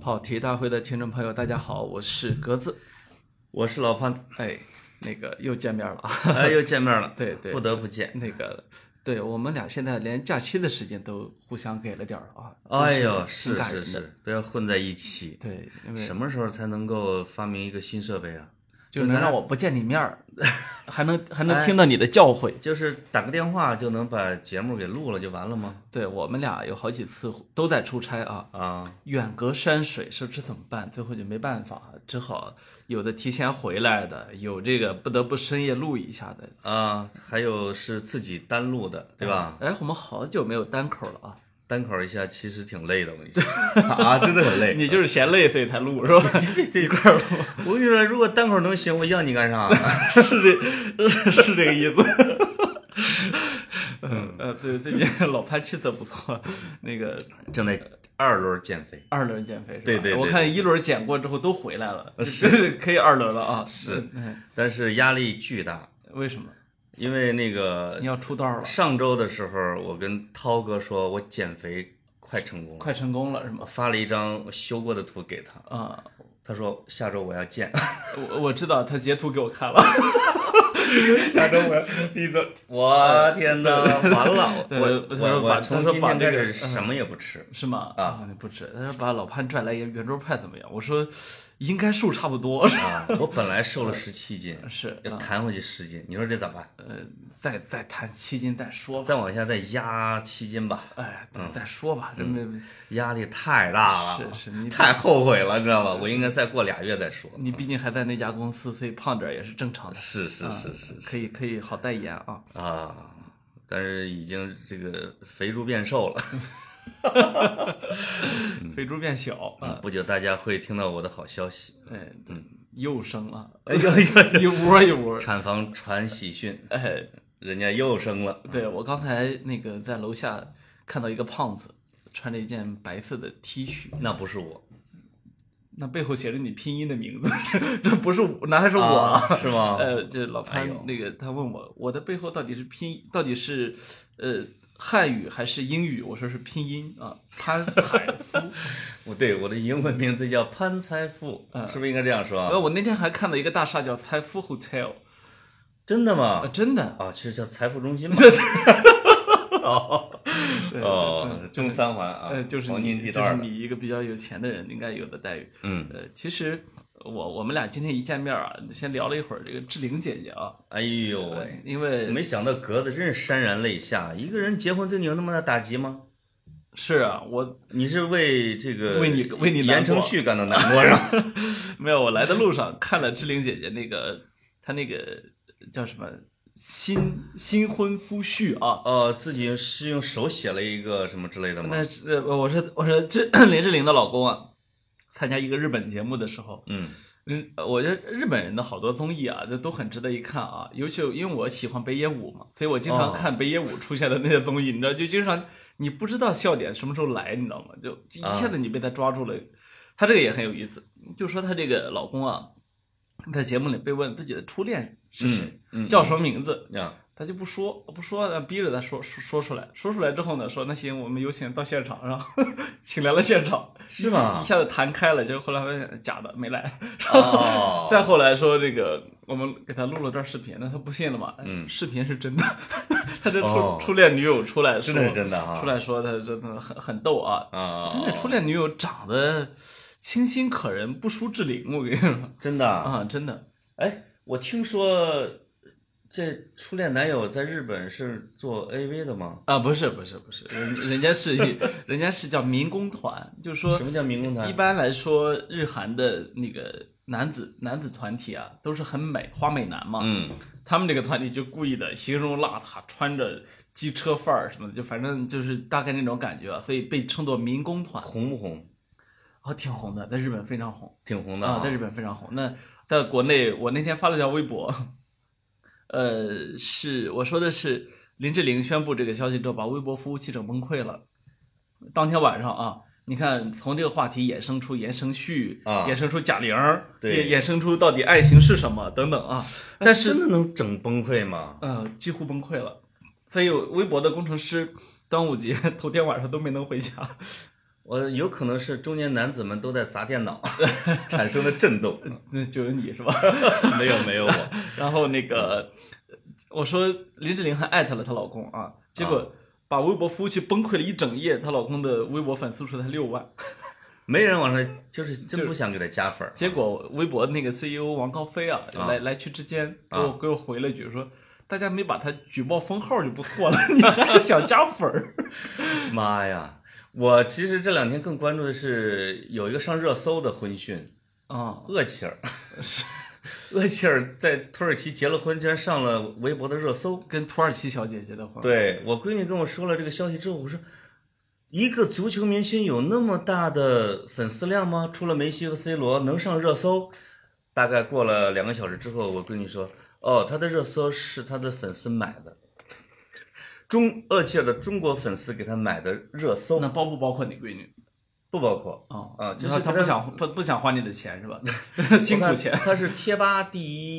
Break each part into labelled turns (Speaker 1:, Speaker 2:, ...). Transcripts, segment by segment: Speaker 1: 跑题大会的听众朋友，大家好，我是格子。
Speaker 2: 我是老潘，
Speaker 1: 哎，那个又见面了，
Speaker 2: 哎，又见面了，
Speaker 1: 对对
Speaker 2: 不得不见。
Speaker 1: 那个，对我们俩现在连假期的时间都互相给了点儿啊。真
Speaker 2: 哎呦，
Speaker 1: 是挺
Speaker 2: 是
Speaker 1: 感
Speaker 2: 是
Speaker 1: 人的。
Speaker 2: 是，都要混在一起。
Speaker 1: 对，因为
Speaker 2: 什么时候才能够发明一个新设备啊？
Speaker 1: 就
Speaker 2: 就是
Speaker 1: 能
Speaker 2: 咱
Speaker 1: 让
Speaker 2: 俩哎
Speaker 1: 我不见你面 儿，还能还能听到你的教诲。
Speaker 2: 就是打个电话就能把节目给录了就完了吗？
Speaker 1: 对我们俩有好几次都在出差啊，
Speaker 2: 啊，
Speaker 1: 远隔山水，这这怎么办？最后就没办法，只好有的提前回来的，有这个不得不深夜录一下的，
Speaker 2: 啊，还有是自己单录的，对吧？
Speaker 1: 哎，我们好久没有单口了啊！
Speaker 2: 单口一下其实挺累的，我跟你说 啊，真的很累。
Speaker 1: 你就是嫌累，所以才录是吧？哎这一块录
Speaker 2: 我跟你说，如果单口能行，我要你干啥？
Speaker 1: 是这，是是这个意思。 嗯呃，对，最近老潘气色不错，那个
Speaker 2: 正在二轮减肥，
Speaker 1: 二轮减肥是吧？
Speaker 2: 对对对
Speaker 1: 我看一轮减过之后都回来了，是可以二轮了啊。
Speaker 2: 是
Speaker 1: 嗯，
Speaker 2: 但是压力巨大，
Speaker 1: 为什么？
Speaker 2: 因为那个
Speaker 1: 你要出道了，
Speaker 2: 上周的时候，我跟涛哥说，我减肥快成功了，
Speaker 1: 快成功了是吗？
Speaker 2: 发了一张我修过的图给他，
Speaker 1: 啊、
Speaker 2: 他说下周我要 见，
Speaker 1: 我我知道他截图给我 看了，
Speaker 2: 下周我要 第一周，我天哪，完 了，
Speaker 1: 对
Speaker 2: 我
Speaker 1: 他
Speaker 2: 我
Speaker 1: 说把
Speaker 2: 我从
Speaker 1: 他说
Speaker 2: 今
Speaker 1: 把
Speaker 2: 天
Speaker 1: 这
Speaker 2: 开
Speaker 1: 个嗯
Speaker 2: 始什么也不吃，
Speaker 1: 是吗？啊，不止，他说把老潘拽来圆桌派怎么样？我说应该数差不多，是吧
Speaker 2: 啊，我本来瘦 了十七斤，
Speaker 1: 是嗯
Speaker 2: 要弹回去十斤，你说这咋办？
Speaker 1: 呃，再再谈七斤再说吧，
Speaker 2: 再往下再压七斤吧，
Speaker 1: 哎，等再说吧，这没、
Speaker 2: 嗯压力太大了，
Speaker 1: 是是你
Speaker 2: 太后悔了，知道吧？我应该再过俩月再说，
Speaker 1: 你毕竟还在那家公司，所以胖点儿也是正常的，啊
Speaker 2: 是是是是。
Speaker 1: 可以可以好代言啊。
Speaker 2: 啊，但是已经这个肥猪变瘦了，嗯
Speaker 1: 肥猪变小，啊，
Speaker 2: 不久大家会听到我的好消息。
Speaker 1: 哎，又生了，
Speaker 2: 嗯哎呦 呦，
Speaker 1: 一窝一 窝。
Speaker 2: 产房传喜讯，
Speaker 1: 哎，
Speaker 2: 人家又生了。
Speaker 1: 对我刚才那个在楼下看到一个胖子，穿着一件白色的 T 恤，
Speaker 2: 那不是我，
Speaker 1: 那背后写着你拼音的名字，这这不是我，哪还是我？
Speaker 2: 啊是吗
Speaker 1: 呃，这老
Speaker 2: 哎
Speaker 1: 潘
Speaker 2: 呦
Speaker 1: 那个他问我，我的背后到底是拼，到底是呃汉语还是英语？我说是拼音啊，潘采夫。
Speaker 2: 我对我的英文名字叫潘财富，
Speaker 1: 嗯
Speaker 2: 是不是应该这样说
Speaker 1: 然后
Speaker 2: 啊？
Speaker 1: 呃我那天还看到一个大厦叫财富 Hotel，
Speaker 2: 真的
Speaker 1: 啊，
Speaker 2: 吗？
Speaker 1: 真的。
Speaker 2: 啊，其实叫财富中心嘛。哦
Speaker 1: 对
Speaker 2: 哦，中三环啊
Speaker 1: 呃，，就是
Speaker 2: 黄金
Speaker 1: 你，
Speaker 2: 地
Speaker 1: 就是
Speaker 2: 段的。
Speaker 1: 你一个比较有钱的人应该有的待遇。
Speaker 2: 嗯，
Speaker 1: 呃，其实我我们俩今天一见面啊，先聊了一会儿这个志玲姐姐啊，呃
Speaker 2: 哎呦喂，
Speaker 1: 因为
Speaker 2: 没想到格子真是潸然泪下。一个人结婚对你有那么大打击吗？
Speaker 1: 是啊，我
Speaker 2: 你是为这个
Speaker 1: 为你为你难
Speaker 2: 言
Speaker 1: 过
Speaker 2: 承旭感到难过是吧？
Speaker 1: 没有我来的路上看了志玲姐姐那个她那个叫什么新新婚夫婿啊。
Speaker 2: 哦，自己是用手写了一个什么之类的吗
Speaker 1: 那？是呃我是我是这林志玲 的老公啊，参加一个日本节目的时候，
Speaker 2: 嗯
Speaker 1: 嗯，我觉得日本人的好多综艺啊，这都很值得一看啊。尤其因为我喜欢北野武嘛，所以我经常
Speaker 2: 哦
Speaker 1: 看北野武出现的那些综艺，你知道，就经常你不知道笑点什么时候来，你知道吗？就一
Speaker 2: 啊
Speaker 1: 下子你被他抓住了。他这个也很有意思，就说他这个老公啊，在节目里被问自己的初恋是谁，
Speaker 2: 嗯嗯
Speaker 1: 叫什么名字，
Speaker 2: 呀，
Speaker 1: 他就不说，不说，呃逼着他说说说出来。说出来之后呢，说那行，我们有请到现场，然后 请来了现场，
Speaker 2: 是吗
Speaker 1: 一下子弹开了，结果后来发现假的没来。然后
Speaker 2: 哦，
Speaker 1: 再后来说这个，我们给他录了段视频，那他不信了嘛？
Speaker 2: 嗯
Speaker 1: 视频是真的， 他这初、
Speaker 2: 哦
Speaker 1: 初恋女友出来说，
Speaker 2: 真的是真的啊
Speaker 1: 出来说他真的很很逗啊。
Speaker 2: 啊，
Speaker 1: 他那初恋女友长得清新可人，不输志玲，我跟你说
Speaker 2: 真的啊，
Speaker 1: 啊，真的
Speaker 2: 哎，我听说这初恋男友在日本是做 AV 的吗？
Speaker 1: 啊，不是不是不是，人人家是 人家是叫民工团，就是说
Speaker 2: 什么叫民工团
Speaker 1: 一？般来说，日韩的那个男子男子团体啊，都是很美花美男嘛。
Speaker 2: 嗯，
Speaker 1: 他们这个团体就故意的形容邋遢，穿着机车范儿什么的，就反正就是大概那种感觉啊，所以被称作民工团，
Speaker 2: 红不红？
Speaker 1: 哦，挺红的，在日本非常红
Speaker 2: 挺红的
Speaker 1: 啊，在日本非常红。那在国内，我那天发了条微博， 呃，是我说的是林志玲宣布这个消息之后，把微博服务器整崩溃了。当天晚上啊，你看从这个话题衍生出言承旭，
Speaker 2: 啊
Speaker 1: 衍生出贾玲儿，
Speaker 2: 对
Speaker 1: 也衍生出到底爱情是什么等等啊。但是
Speaker 2: 真的能整崩溃吗？
Speaker 1: 呃，几乎崩溃 了。所以微博的工程师端午节头天晚上都没能回家，
Speaker 2: 我有可能是中年男子们都在砸电 脑产生的震动，
Speaker 1: 那就有你是吧？
Speaker 2: 没有没有我，
Speaker 1: 然后那个我说林志玲还艾特了她老公啊，结果把微博服务器崩溃了一整夜，她老公的微博粉丝数才六万，
Speaker 2: 没人往上，就是真不想给他加粉儿。
Speaker 1: 结果微博那个 CEO 王高飞啊，
Speaker 2: 啊
Speaker 1: 来来去之间给
Speaker 2: 啊
Speaker 1: 我给我回了句说。大家没把他举报封号就不错了， 你还想加粉儿？
Speaker 2: 妈呀！我其实这两天更关注的是有一个上热搜的婚讯，
Speaker 1: 啊、
Speaker 2: 厄齐尔，厄齐尔在土耳其结了婚，竟然上了微博的热搜。
Speaker 1: 跟土耳其小姐姐的婚，
Speaker 2: 对我闺女跟我说了这个消息之后，我说，一个足球明星有那么大的粉丝量吗？除了梅西和 C 罗，能上热搜？大概过了两个小时之后，我闺女说，哦，他的热搜是他的粉丝买的， 中厄齐尔的中国粉丝给他买的热搜，
Speaker 1: 那包不包括你闺女
Speaker 2: 不包括。
Speaker 1: 啊
Speaker 2: 啊就
Speaker 1: 他
Speaker 2: 是
Speaker 1: 他不
Speaker 2: 跟
Speaker 1: 想不不想花你的钱是 吧？辛苦钱
Speaker 2: 我看他是贴吧第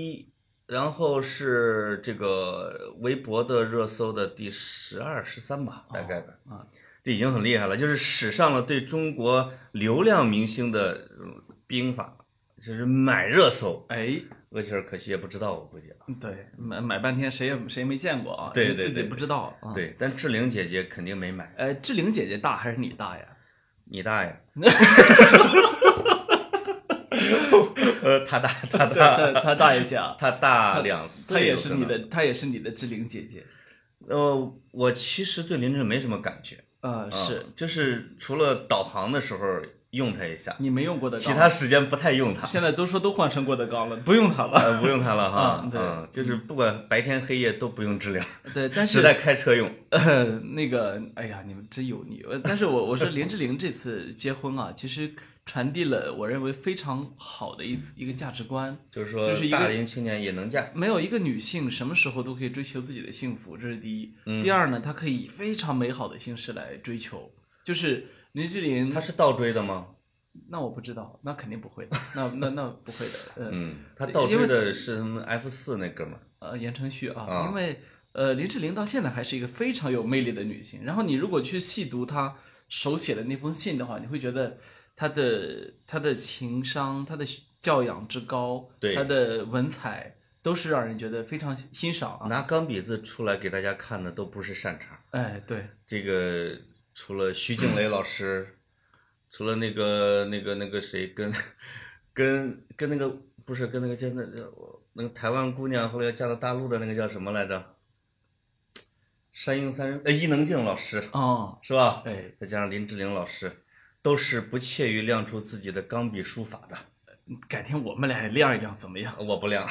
Speaker 2: 一，然后是这个微博的热搜的第十二、十三吧，大概的。
Speaker 1: 啊，
Speaker 2: 这已经很厉害了，就是使上了对中国流量明星的呃兵法，就是买热搜。
Speaker 1: 哎，
Speaker 2: 厄齐尔可惜也不知道，我估计啊。
Speaker 1: 对，买买半天谁也谁也没见过啊，
Speaker 2: 对
Speaker 1: 因为
Speaker 2: 对
Speaker 1: 自己
Speaker 2: 对
Speaker 1: 不知道啊。，
Speaker 2: 对，但志玲姐姐肯定没买，
Speaker 1: 呃，志玲姐姐大还是你大 呀？
Speaker 2: 你大 爷！呃，他大，他
Speaker 1: 她
Speaker 2: 大，
Speaker 1: 她大一些啊，
Speaker 2: 他大两岁，
Speaker 1: 她也是你
Speaker 2: 有可能
Speaker 1: 的，她也是你的志玲姐姐。
Speaker 2: 呃，我其实对林志没什么感觉，
Speaker 1: 呃，
Speaker 2: 啊
Speaker 1: 是
Speaker 2: 就是除了导航的时候用它一下，
Speaker 1: 你没用过的
Speaker 2: 其
Speaker 1: 钢，
Speaker 2: 他时间不太用它。
Speaker 1: 现在都说都换成郭德纲了，不用它了。
Speaker 2: 呃，不用它了哈，
Speaker 1: 嗯对
Speaker 2: 嗯就是不管白天黑夜都不用智灵，
Speaker 1: 对，但
Speaker 2: 只
Speaker 1: 是
Speaker 2: 在开车用。
Speaker 1: 呃，那个，哎呀，你们真油腻。呃但是我我说林志玲这次结婚啊，其实传递了我认为非常好的一一个价值观，
Speaker 2: 就是说
Speaker 1: 就是一，个
Speaker 2: 大龄青年也能嫁，
Speaker 1: 没有一个女性什么时候都可以追求自己的幸福，这是第一。
Speaker 2: 嗯
Speaker 1: 第二呢，她可以以非常美好的形式来追求，就是林志玲
Speaker 2: 他，是倒追的
Speaker 1: 嗯
Speaker 2: 吗？
Speaker 1: 那我不知道，那肯定不会的， 那那那不会的。呃
Speaker 2: 嗯，他倒追的是 F 四那哥们儿。
Speaker 1: 呃，言承旭啊，
Speaker 2: 啊
Speaker 1: 因为呃林志玲到现在还是一个非常有魅力的女性。然后你如果去细读她手写的那封信的话，你会觉得她的她的情商、她的教养之高，
Speaker 2: 对
Speaker 1: 她的文采都是让人觉得非常欣赏啊。
Speaker 2: 拿钢笔字出来给大家看的都不是善茬。
Speaker 1: 哎，对。
Speaker 2: 这个除了徐静
Speaker 1: 嗯
Speaker 2: 蕾老师，除了那个那个那个谁跟跟跟那个不是跟那个叫那那那个台湾姑娘，后来嫁到大陆的那个叫什么来着？山鹰三人呃伊能静老师
Speaker 1: 哦，
Speaker 2: 是吧？
Speaker 1: 哎，
Speaker 2: 再加上林志玲老师，都是不怯于亮出自己的钢笔书法的。
Speaker 1: 改天我们俩也亮一亮怎么样？
Speaker 2: 我 不亮，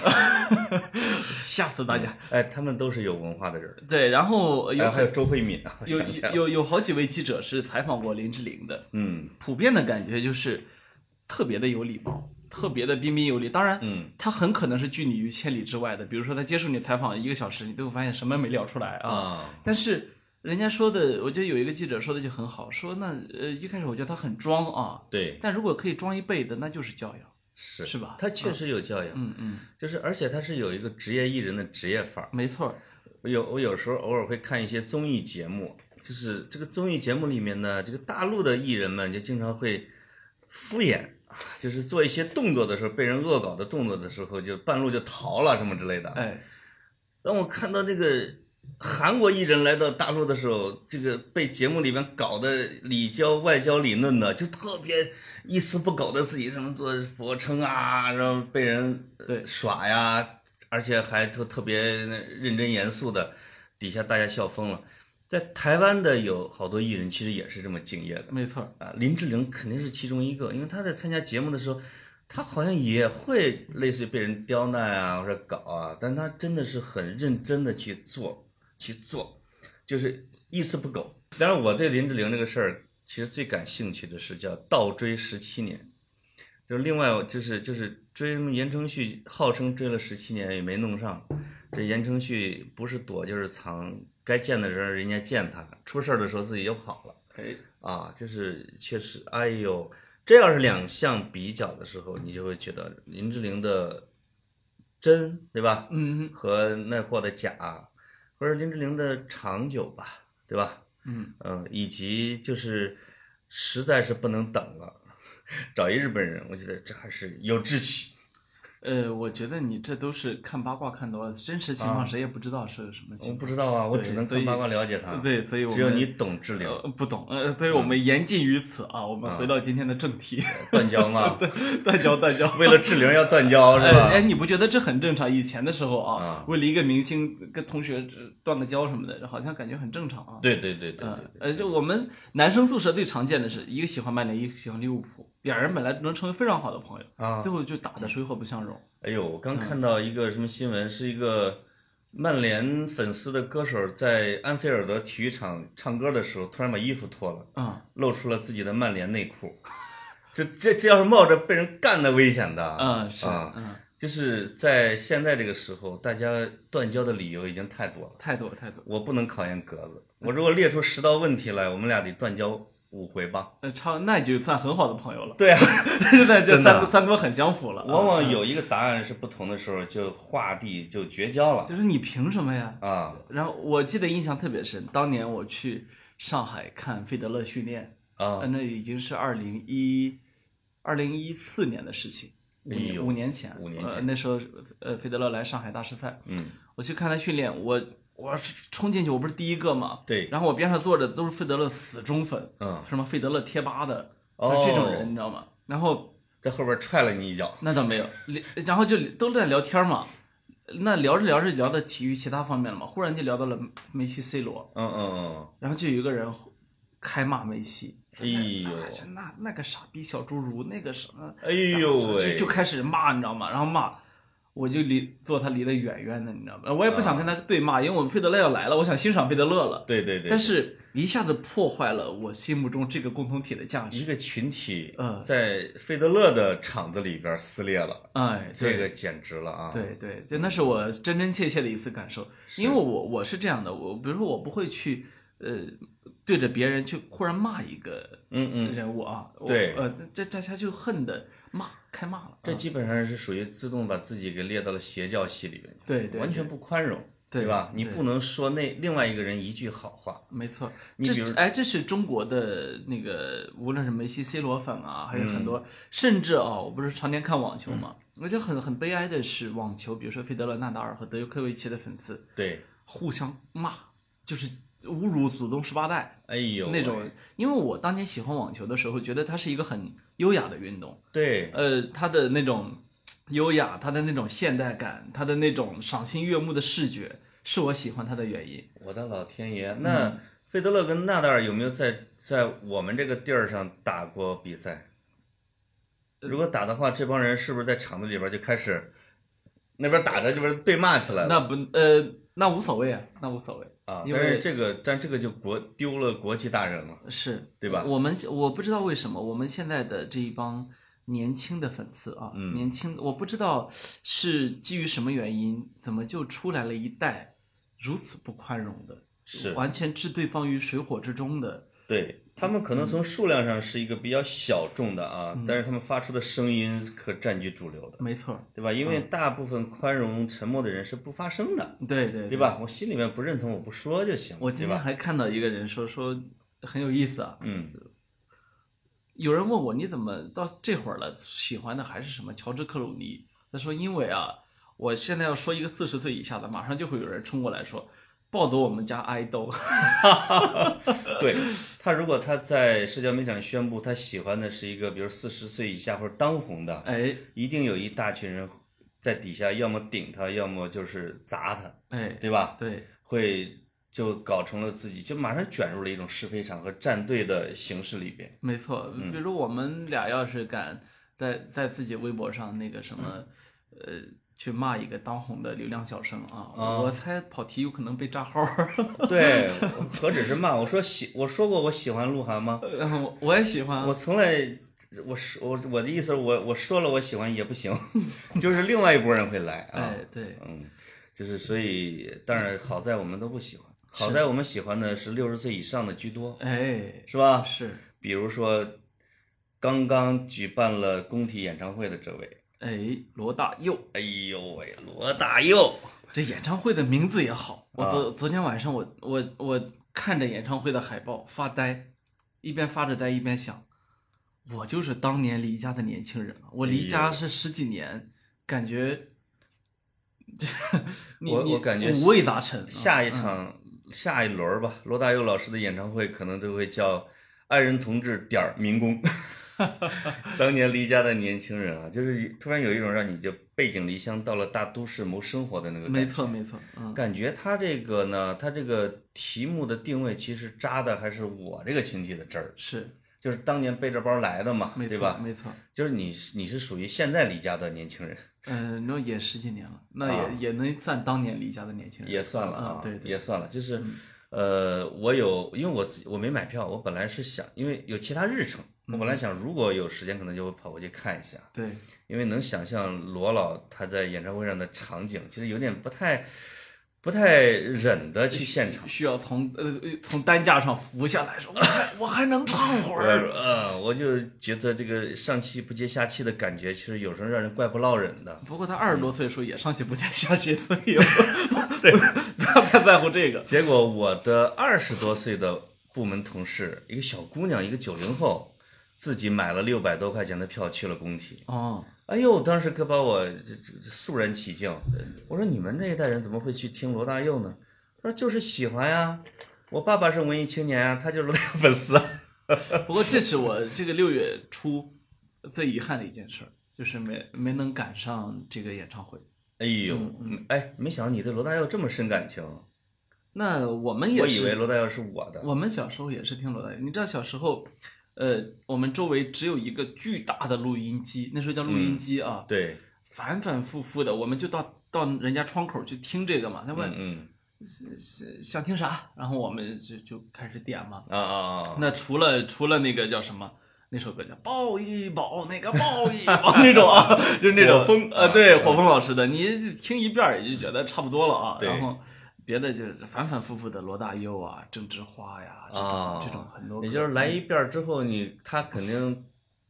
Speaker 1: 吓死大家！
Speaker 2: 哎，他们都是有文化的人。
Speaker 1: 对，然后呃有
Speaker 2: 然后还有
Speaker 1: 很
Speaker 2: 周慧敏啊，我
Speaker 1: 有
Speaker 2: 想起来
Speaker 1: 有
Speaker 2: 了
Speaker 1: 有有好几位记者是采访过林志玲的，
Speaker 2: 嗯
Speaker 1: 普遍的感觉就是特别的有礼貌，特别的彬彬有礼。当然，
Speaker 2: 嗯，
Speaker 1: 他很可能是拒你于千里之外的。比如说，他接受你采访一个小时，你都会发现什么也没聊出来啊。
Speaker 2: 啊，
Speaker 1: 但是人家说的，我觉得有一个记者说的就很好，说那呃一开始我觉得他很装啊，
Speaker 2: 对，
Speaker 1: 但如果可以装一辈子，那就是教养，
Speaker 2: 是
Speaker 1: 是吧
Speaker 2: 他确实有教养。
Speaker 1: 嗯嗯，
Speaker 2: 就是，而且他是有一个职业艺人的职业范儿。
Speaker 1: 没错儿，
Speaker 2: 我有我有时候偶尔会看一些综艺节目，就是这个综艺节目里面呢，这个大陆的艺人们就经常会敷衍，啊就是做一些动作的时候被人恶搞的动作的时候，就半路就逃了什么之类的。
Speaker 1: 哎，
Speaker 2: 当我看到这个韩国艺人来到大陆的时候，这个被节目里面搞得里焦外焦里嫩的，就特别一丝不苟的自己什么做俯卧撑啊，然后被人呃
Speaker 1: 对
Speaker 2: 耍呀，而且还都特别认真严肃的，底下大家笑疯了。在台湾的有好多艺人其实也是这么敬业的
Speaker 1: 没错儿，
Speaker 2: 啊，林志玲肯定是其中一个，因为她在参加节目的时候，她好像也会类似于被人刁难啊或者搞啊，但她真的是很认真的去做，去做，就是一丝不苟。当然，我对林志玲这个事儿，其实最感兴趣的是叫倒追十七年，就是另外就是就是追言承旭，号称追了十七年也没弄上，这言承旭不是躲就是藏，该见的人儿人家见他，出事儿的时候自己就跑了。
Speaker 1: 哎，
Speaker 2: 啊，就是确实，哎呦，这要是两项比较的时候，你就会觉得林志玲的真，对吧？
Speaker 1: 嗯
Speaker 2: 和那货的假，或者林志玲的长久吧，对吧？
Speaker 1: 嗯，
Speaker 2: 嗯、以及就是实在是不能等了，找一日本人，我觉得这还是有志气。
Speaker 1: 呃，我觉得你这都是看八卦看多了，真实情况
Speaker 2: 啊
Speaker 1: 谁也不知道是什么情
Speaker 2: 我
Speaker 1: 况。
Speaker 2: 不知道啊，我只能
Speaker 1: 所以
Speaker 2: 看八卦了解他。
Speaker 1: 对，所以我们
Speaker 2: 只有你懂嗯治疗，
Speaker 1: 呃不懂，呃，所以我们言尽于此啊。我们回
Speaker 2: 嗯
Speaker 1: 到今天的正题，
Speaker 2: 断交嘛，
Speaker 1: 断交断交。
Speaker 2: 嗯为了治疗要断交是
Speaker 1: 哎哎，
Speaker 2: 吧？
Speaker 1: 你不觉得这很正常？以前的时候啊
Speaker 2: 啊，
Speaker 1: 为了一个明星跟同学呃断个交什么的，好像感觉很正常啊。
Speaker 2: 对对对对
Speaker 1: 呃
Speaker 2: 对，
Speaker 1: 呃，就我们男生宿舍最常见的是一个喜欢曼联，一个喜欢利物浦，两人本来能成为非常好的朋友，
Speaker 2: 啊
Speaker 1: 最！后就打得水火不相容。
Speaker 2: 哎呦，我刚看到一个什么新闻，是一个曼联粉丝的歌手在安菲尔德体育场唱歌的时候，突然把衣服脱了，
Speaker 1: 啊
Speaker 2: 露出了自己的曼联内裤。这这这要是冒着被人干的危险的
Speaker 1: 嗯是
Speaker 2: 啊！
Speaker 1: 嗯
Speaker 2: 就是在现在这个时候，大家断交的理由已经太多了。
Speaker 1: 太多太多。
Speaker 2: 我不能考验格子，我如果列出十道问题来，我们俩得断交五回吧？
Speaker 1: 呃，超那就算很好的朋友了，
Speaker 2: 对啊，
Speaker 1: 现在这
Speaker 2: 真的
Speaker 1: 三三观很相符了。
Speaker 2: 往往
Speaker 1: 啊
Speaker 2: 有一个答案是不同的时候，就划地就绝交了
Speaker 1: 就是你凭什么呀？
Speaker 2: 啊
Speaker 1: 然后我记得印象特别深，当年我去上海看费德勒训练，
Speaker 2: 啊
Speaker 1: 呃，！那已经是二零一二零一四年的事情，五
Speaker 2: 哎呦
Speaker 1: 五年前，
Speaker 2: 五年
Speaker 1: 呃
Speaker 2: 前
Speaker 1: 那时候呃费德勒来上海大师赛，
Speaker 2: 嗯，
Speaker 1: 我去看他训练，我我冲进去，我不是第一个嘛，
Speaker 2: 对，
Speaker 1: 然后我边上坐着都是费德勒死忠粉，
Speaker 2: 嗯，
Speaker 1: 什么费德勒贴吧的，
Speaker 2: 哦
Speaker 1: 这种人你知道吗？然后
Speaker 2: 在后边踹了你一脚，
Speaker 1: 那倒没有，聊然后就都在聊天嘛。那聊着聊着聊到体育其他方面了嘛，忽然就聊到了梅西、C 罗，
Speaker 2: 嗯嗯
Speaker 1: 然后就有一个人开骂梅西，
Speaker 2: 嗯，哎呦，
Speaker 1: 啊那那个傻逼小侏儒，那个什么，
Speaker 2: 哎
Speaker 1: 然
Speaker 2: 呦
Speaker 1: 后就
Speaker 2: 喂，
Speaker 1: 就开始骂，你知道吗？然后骂，我就离坐他离得远远的，你知道吗？我也不想跟他对骂，因为我们费德勒要来了，我想欣赏费德勒了，
Speaker 2: 对对对，
Speaker 1: 但是一下子破坏了我心目中这个共同体的价值。
Speaker 2: 一个群体
Speaker 1: 嗯
Speaker 2: 在费德勒的场子里边撕裂了，
Speaker 1: 哎，对
Speaker 2: 这个简直了啊！
Speaker 1: 对对，就那是我真真切切的一次感受，
Speaker 2: 是
Speaker 1: 因为我我是这样的，我比如说我不会去呃对着别人去忽然骂一个
Speaker 2: 嗯嗯，
Speaker 1: 人物啊，我
Speaker 2: 对
Speaker 1: 呃这这下就恨的骂开骂了，
Speaker 2: 这
Speaker 1: 啊
Speaker 2: 基本上是属于自动把自己给列到了邪教系里边去，
Speaker 1: 对对
Speaker 2: 完全不宽容，
Speaker 1: 对
Speaker 2: 吧？你
Speaker 1: 对
Speaker 2: 不能说那另外一个人一句好话，
Speaker 1: 没错，
Speaker 2: 你比
Speaker 1: 这
Speaker 2: 如
Speaker 1: 哎这是中国的那个无论是梅西、C 罗粉啊，还有
Speaker 2: 嗯
Speaker 1: 很多，甚至啊，我不是常年看网球嘛，我觉得很很悲哀的是网球，比如说费德勒、纳达尔和德约科维奇的粉丝
Speaker 2: 对，
Speaker 1: 互相骂，就是侮辱祖宗十八代。
Speaker 2: 哎呦
Speaker 1: 那
Speaker 2: 喂
Speaker 1: 种，因为我当年喜欢网球的时候，觉得它是一个很优雅的运动，
Speaker 2: 对，
Speaker 1: 呃，它的那种嘖优雅，它的那种现代感，它的那种赏心悦目的视觉，是我喜欢它的原因。
Speaker 2: 我的老天爷，
Speaker 1: 嗯
Speaker 2: 那费德勒跟纳达尔有没有在在我们这个地儿上打过比赛？如果打的话，这帮人是不是在场子里边就开始那边打着这边对骂起来了
Speaker 1: 那不呃，那无所谓啊，那无所谓，
Speaker 2: 啊？
Speaker 1: 因
Speaker 2: 但
Speaker 1: 为
Speaker 2: 是这个但这个就国丢了国际大人了，
Speaker 1: 是
Speaker 2: 对吧
Speaker 1: 我们我不知道为什么我们现在的这一帮。年轻的粉丝啊，
Speaker 2: 嗯
Speaker 1: 年轻，我不知道是基于什么原因，怎么就出来了一代如此不宽容的，
Speaker 2: 是
Speaker 1: 完全置对方于水火之中的，
Speaker 2: 对他们可能从数量上是一个比较小众的啊，
Speaker 1: 嗯
Speaker 2: 但是他们发出的声音可占据主流的，
Speaker 1: 没错，
Speaker 2: 对吧？因为
Speaker 1: 嗯
Speaker 2: 大部分宽容沉默的人是不发声的，
Speaker 1: 对对
Speaker 2: 对？吧？我心里面不认同，我不说就行，
Speaker 1: 我
Speaker 2: 对
Speaker 1: 今天
Speaker 2: 吧？
Speaker 1: 还看到一个人说说很有意思啊，
Speaker 2: 嗯，
Speaker 1: 有人问我你怎么到这会儿了，喜欢的还是什么乔治克鲁尼？他说因为啊，我现在要说一个四十岁以下的，马上就会有人冲过来说抱走我们家爱豆，
Speaker 2: 对他，如果他在社交媒体上宣布他喜欢的是一个，比如四十岁以下或者当红的，
Speaker 1: 哎
Speaker 2: 一定有一大群人在底下，要么顶他，要么就是砸他，
Speaker 1: 哎，
Speaker 2: 对吧？
Speaker 1: 对
Speaker 2: 会就搞成了自己，就马上卷入了一种是非场和站队的形式里 边。
Speaker 1: 没错，
Speaker 2: 嗯
Speaker 1: 比如我们俩要是敢在在自己微博上那个什么，呃，去骂一个当红的流量小生啊，
Speaker 2: 啊
Speaker 1: 我猜跑题有可能被炸号。
Speaker 2: 对，我何止是骂，我说喜，我说过我喜欢鹿晗吗？
Speaker 1: 然后 我也喜欢啊，
Speaker 2: 我从来，我说我我的意思是我我说了我喜欢也不行， 就是另外一拨人会来啊
Speaker 1: 哎，，对，
Speaker 2: 嗯，就是所以，当然好在我们都不喜欢，好在我们喜欢的是六十岁以上的居多，
Speaker 1: 哎，
Speaker 2: 是吧？
Speaker 1: 是，
Speaker 2: 比如说，刚刚举办了工体演唱会的这位，
Speaker 1: 哎，罗大佑，
Speaker 2: 哎呦喂，罗大佑，
Speaker 1: 这演唱会的名
Speaker 2: 啊
Speaker 1: 字也好。我昨、昨天晚上我我我看着演唱会的海报发呆，一边发着呆一边想，我就是当年离家的年轻人啊，我离
Speaker 2: 哎
Speaker 1: 家是十几年，感觉， 你
Speaker 2: 我
Speaker 1: 你
Speaker 2: 我感觉
Speaker 1: 五味杂陈啊。
Speaker 2: 下一场、下一轮儿吧，罗大佑老师的演唱会可能都会叫《爱人同志点儿 民工》，当年离家的年轻人啊，就是突然有一种让你就背井离乡到了大都市谋生活的那个感觉。
Speaker 1: 没错没错，嗯，
Speaker 2: 感觉他这个呢，他这个题目的定位其实扎的还是我这个群体的针儿，
Speaker 1: 是
Speaker 2: 就是当年背着包来的嘛，
Speaker 1: 没
Speaker 2: 对
Speaker 1: 错
Speaker 2: 吧？
Speaker 1: 没错，
Speaker 2: 就是你是你是属于现在离家的年轻人，
Speaker 1: 嗯，那也十几年了，那也、
Speaker 2: 啊
Speaker 1: 也能算当年离家的年轻人，
Speaker 2: 也算了
Speaker 1: 啊
Speaker 2: 啊，，
Speaker 1: 对嗯对，
Speaker 2: 也算了，就是。呃，我有，因为我自己我没买票，我本来是想，因为有其他日程，我
Speaker 1: 嗯
Speaker 2: 本来想如果有时间，可能就会跑过去看一下，
Speaker 1: 对，
Speaker 2: 因为能想象罗老他在演唱会上的场景，其实有点不太不太忍得去现场。
Speaker 1: 需要从呃从担架上扶下来，说我还我还能唱会
Speaker 2: 我
Speaker 1: 儿，
Speaker 2: 嗯，我就觉得这个上气不接下气的感觉，其实有时候让人怪不落忍的。
Speaker 1: 不过他二十多岁的时候也上气不接下气，所以
Speaker 2: 嗯
Speaker 1: 对，不要太在乎这个。
Speaker 2: 结果我的二十多岁的部门同事，一个小姑娘，一个九零后，自己买了六百多块钱的票去了工体。
Speaker 1: 哦，
Speaker 2: 哎呦，当时可把我这这肃然起敬。我说你们这一代人怎么会去听罗大佑呢？他说就是喜欢呀、我爸爸是文艺青年啊，他就是罗大佑粉丝啊。
Speaker 1: 不过这是我这个六月初最遗憾的一件事儿，就是没没能赶上这个演唱会。
Speaker 2: 哎呦，
Speaker 1: 嗯
Speaker 2: 哎，没想到你对罗大佑这么深感情。
Speaker 1: 那我们也
Speaker 2: 我以
Speaker 1: 是
Speaker 2: 为罗大佑是我的。
Speaker 1: 我们小时候也是听罗大佑，你知道小时候，呃，我们周围只有一个巨大的录音机，那时候叫录音机啊，
Speaker 2: 对，
Speaker 1: 反反复复的，我们就到到人家窗口去听这个嘛。他问、
Speaker 2: 嗯
Speaker 1: 想想听啥，然后我们就就开始点嘛。
Speaker 2: 嗯啊啊啊！
Speaker 1: 那除了除了那个叫什么？那首歌叫《抱一抱》，那个抱一 抱那种啊，就是那种
Speaker 2: 火风
Speaker 1: 呃，
Speaker 2: 啊
Speaker 1: 对，
Speaker 2: 嗯
Speaker 1: 火风老师的，你听一遍儿也就觉得差不多了啊。
Speaker 2: 对
Speaker 1: 然后别的就是反反复复的罗大佑啊、郑智化呀这种
Speaker 2: 啊
Speaker 1: 这种很多歌，嗯
Speaker 2: 也就是来一遍儿之后，你他肯定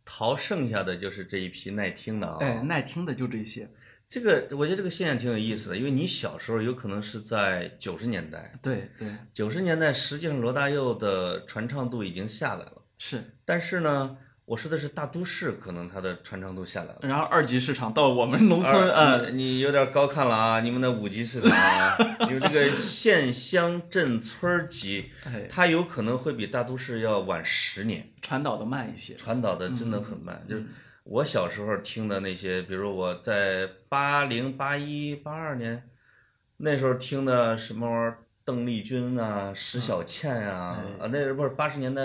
Speaker 2: 淘剩下的就是这一批耐听的啊。
Speaker 1: 哎耐听的就这些。
Speaker 2: 这个我觉得这个现象挺有意思的，因为你小时候有可能是在九十年代，
Speaker 1: 对对
Speaker 2: 九十年代实际上罗大佑的传唱度已经下来了，
Speaker 1: 是，
Speaker 2: 但是呢，我说的是大都市，可能它的传唱度下来了。
Speaker 1: 然后二级市场到我们农村，
Speaker 2: 二
Speaker 1: 呃，
Speaker 2: 你你有点高看了啊！你们的五级市场啊，你们这个县乡镇村儿级，
Speaker 1: 哎
Speaker 2: 它有可能会比大都市要晚十年。
Speaker 1: 传导的慢一些。
Speaker 2: 传导
Speaker 1: 嗯
Speaker 2: 的真的很慢。就是我小时候听的那些，比如我在八零、八一、八二年那时候听的什么玩意儿，邓丽君啊、石小倩啊，
Speaker 1: 嗯
Speaker 2: 啊，那不是八十年代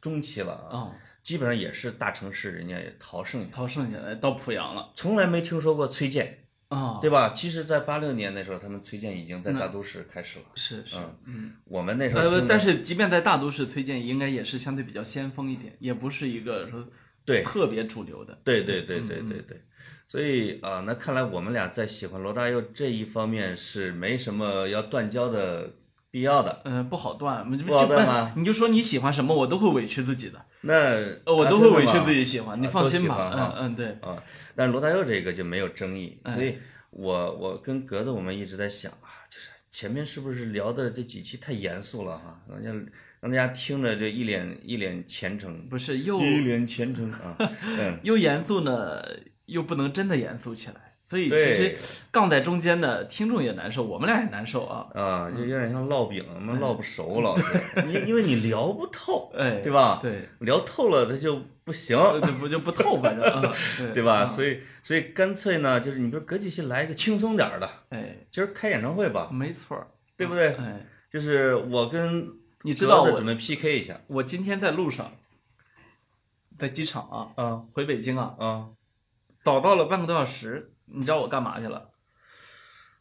Speaker 2: 中期了啊，
Speaker 1: 哦，
Speaker 2: 基本上也是大城市人家也淘剩下，
Speaker 1: 涛剩下来到濮阳了
Speaker 2: 从来没听说过崔健，
Speaker 1: 啊，
Speaker 2: 对吧？其实，在八六年那时候，他们崔健已经在大都市开始了。
Speaker 1: 是是，嗯。
Speaker 2: 我们那时候听
Speaker 1: 呃
Speaker 2: 的，，
Speaker 1: 但是即便在大都市，崔健应该也是相对比较先锋一点，也不是一个说
Speaker 2: 对
Speaker 1: 特别主流的。
Speaker 2: 对对对
Speaker 1: 嗯
Speaker 2: 对对对，所以啊、那看来我们俩在喜欢罗大佑这一方面是没什么要断交的必要的。
Speaker 1: 嗯、不好断，就
Speaker 2: 不好断
Speaker 1: 就
Speaker 2: 吗
Speaker 1: 你就说你喜欢什么，我都会委屈自己的，
Speaker 2: 那、
Speaker 1: 呃，我
Speaker 2: 啊
Speaker 1: 都会委
Speaker 2: 真的
Speaker 1: 屈
Speaker 2: 吗
Speaker 1: 自己喜欢，你
Speaker 2: 啊
Speaker 1: 放
Speaker 2: 都
Speaker 1: 心
Speaker 2: 喜
Speaker 1: 吧。
Speaker 2: 欢
Speaker 1: 嗯
Speaker 2: 啊
Speaker 1: 嗯，对，
Speaker 2: 啊，但罗大佑这个就没有争议，
Speaker 1: 哎
Speaker 2: 所以我我跟格子我们一直在想啊，就是前面是不是聊的这几期太严肃了哈、人家让大家听着就一脸一脸虔诚，
Speaker 1: 不是又
Speaker 2: 一脸虔 诚啊，嗯，
Speaker 1: 又严肃呢，又不能真的严肃起来，所以其
Speaker 2: 对
Speaker 1: 实杠在中间呢，听众也难受，我们俩也难受啊。
Speaker 2: 啊，就有点像烙饼，我们烙不熟了，因因为你聊不透，
Speaker 1: 哎，
Speaker 2: 对吧？
Speaker 1: 对，
Speaker 2: 聊透了它就不行，
Speaker 1: 呃就不就不透，反正啊，
Speaker 2: 对吧？所以所以干脆呢，就是你说隔几期来一个轻松点儿的，
Speaker 1: 哎，
Speaker 2: 今儿开演唱会吧，
Speaker 1: 没错儿，
Speaker 2: 对不对？
Speaker 1: 哎，
Speaker 2: 就是我跟
Speaker 1: 你知道
Speaker 2: 格子
Speaker 1: 我
Speaker 2: 准备 PK 一下
Speaker 1: 我今天在路上，在机场啊，
Speaker 2: 啊
Speaker 1: 回北京啊，
Speaker 2: 啊
Speaker 1: 早到了半个多小时。你知道我干嘛去了？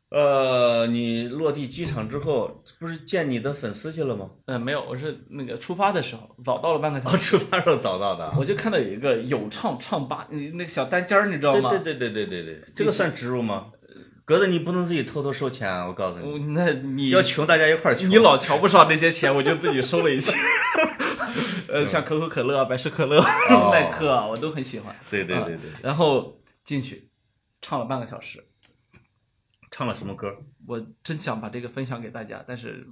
Speaker 2: 呃，你落地机场之后不是见你的粉丝去了吗？
Speaker 1: 呃，没有，我是那个出发的时候早到了半个小
Speaker 2: 哦，
Speaker 1: 时，
Speaker 2: 出发时候找到的啊，
Speaker 1: 我就看到有一个有唱唱吧，那那个小单间儿，你知道
Speaker 2: 对
Speaker 1: 吗？
Speaker 2: 对对对对对对，这个算植入吗？格子，你不能自己偷偷收钱啊！我告诉你，
Speaker 1: 我那你
Speaker 2: 要穷大家一块儿穷。
Speaker 1: 你老瞧不上那些钱，我就自己收了一些。 呃，像可口可乐、百事可乐、
Speaker 2: 哦
Speaker 1: 耐克啊，我都很喜欢。
Speaker 2: 对对
Speaker 1: 啊
Speaker 2: 对对，
Speaker 1: 然后进去唱了半个小时，
Speaker 2: 唱了什么歌？
Speaker 1: 我真想把这个分享给大家，但是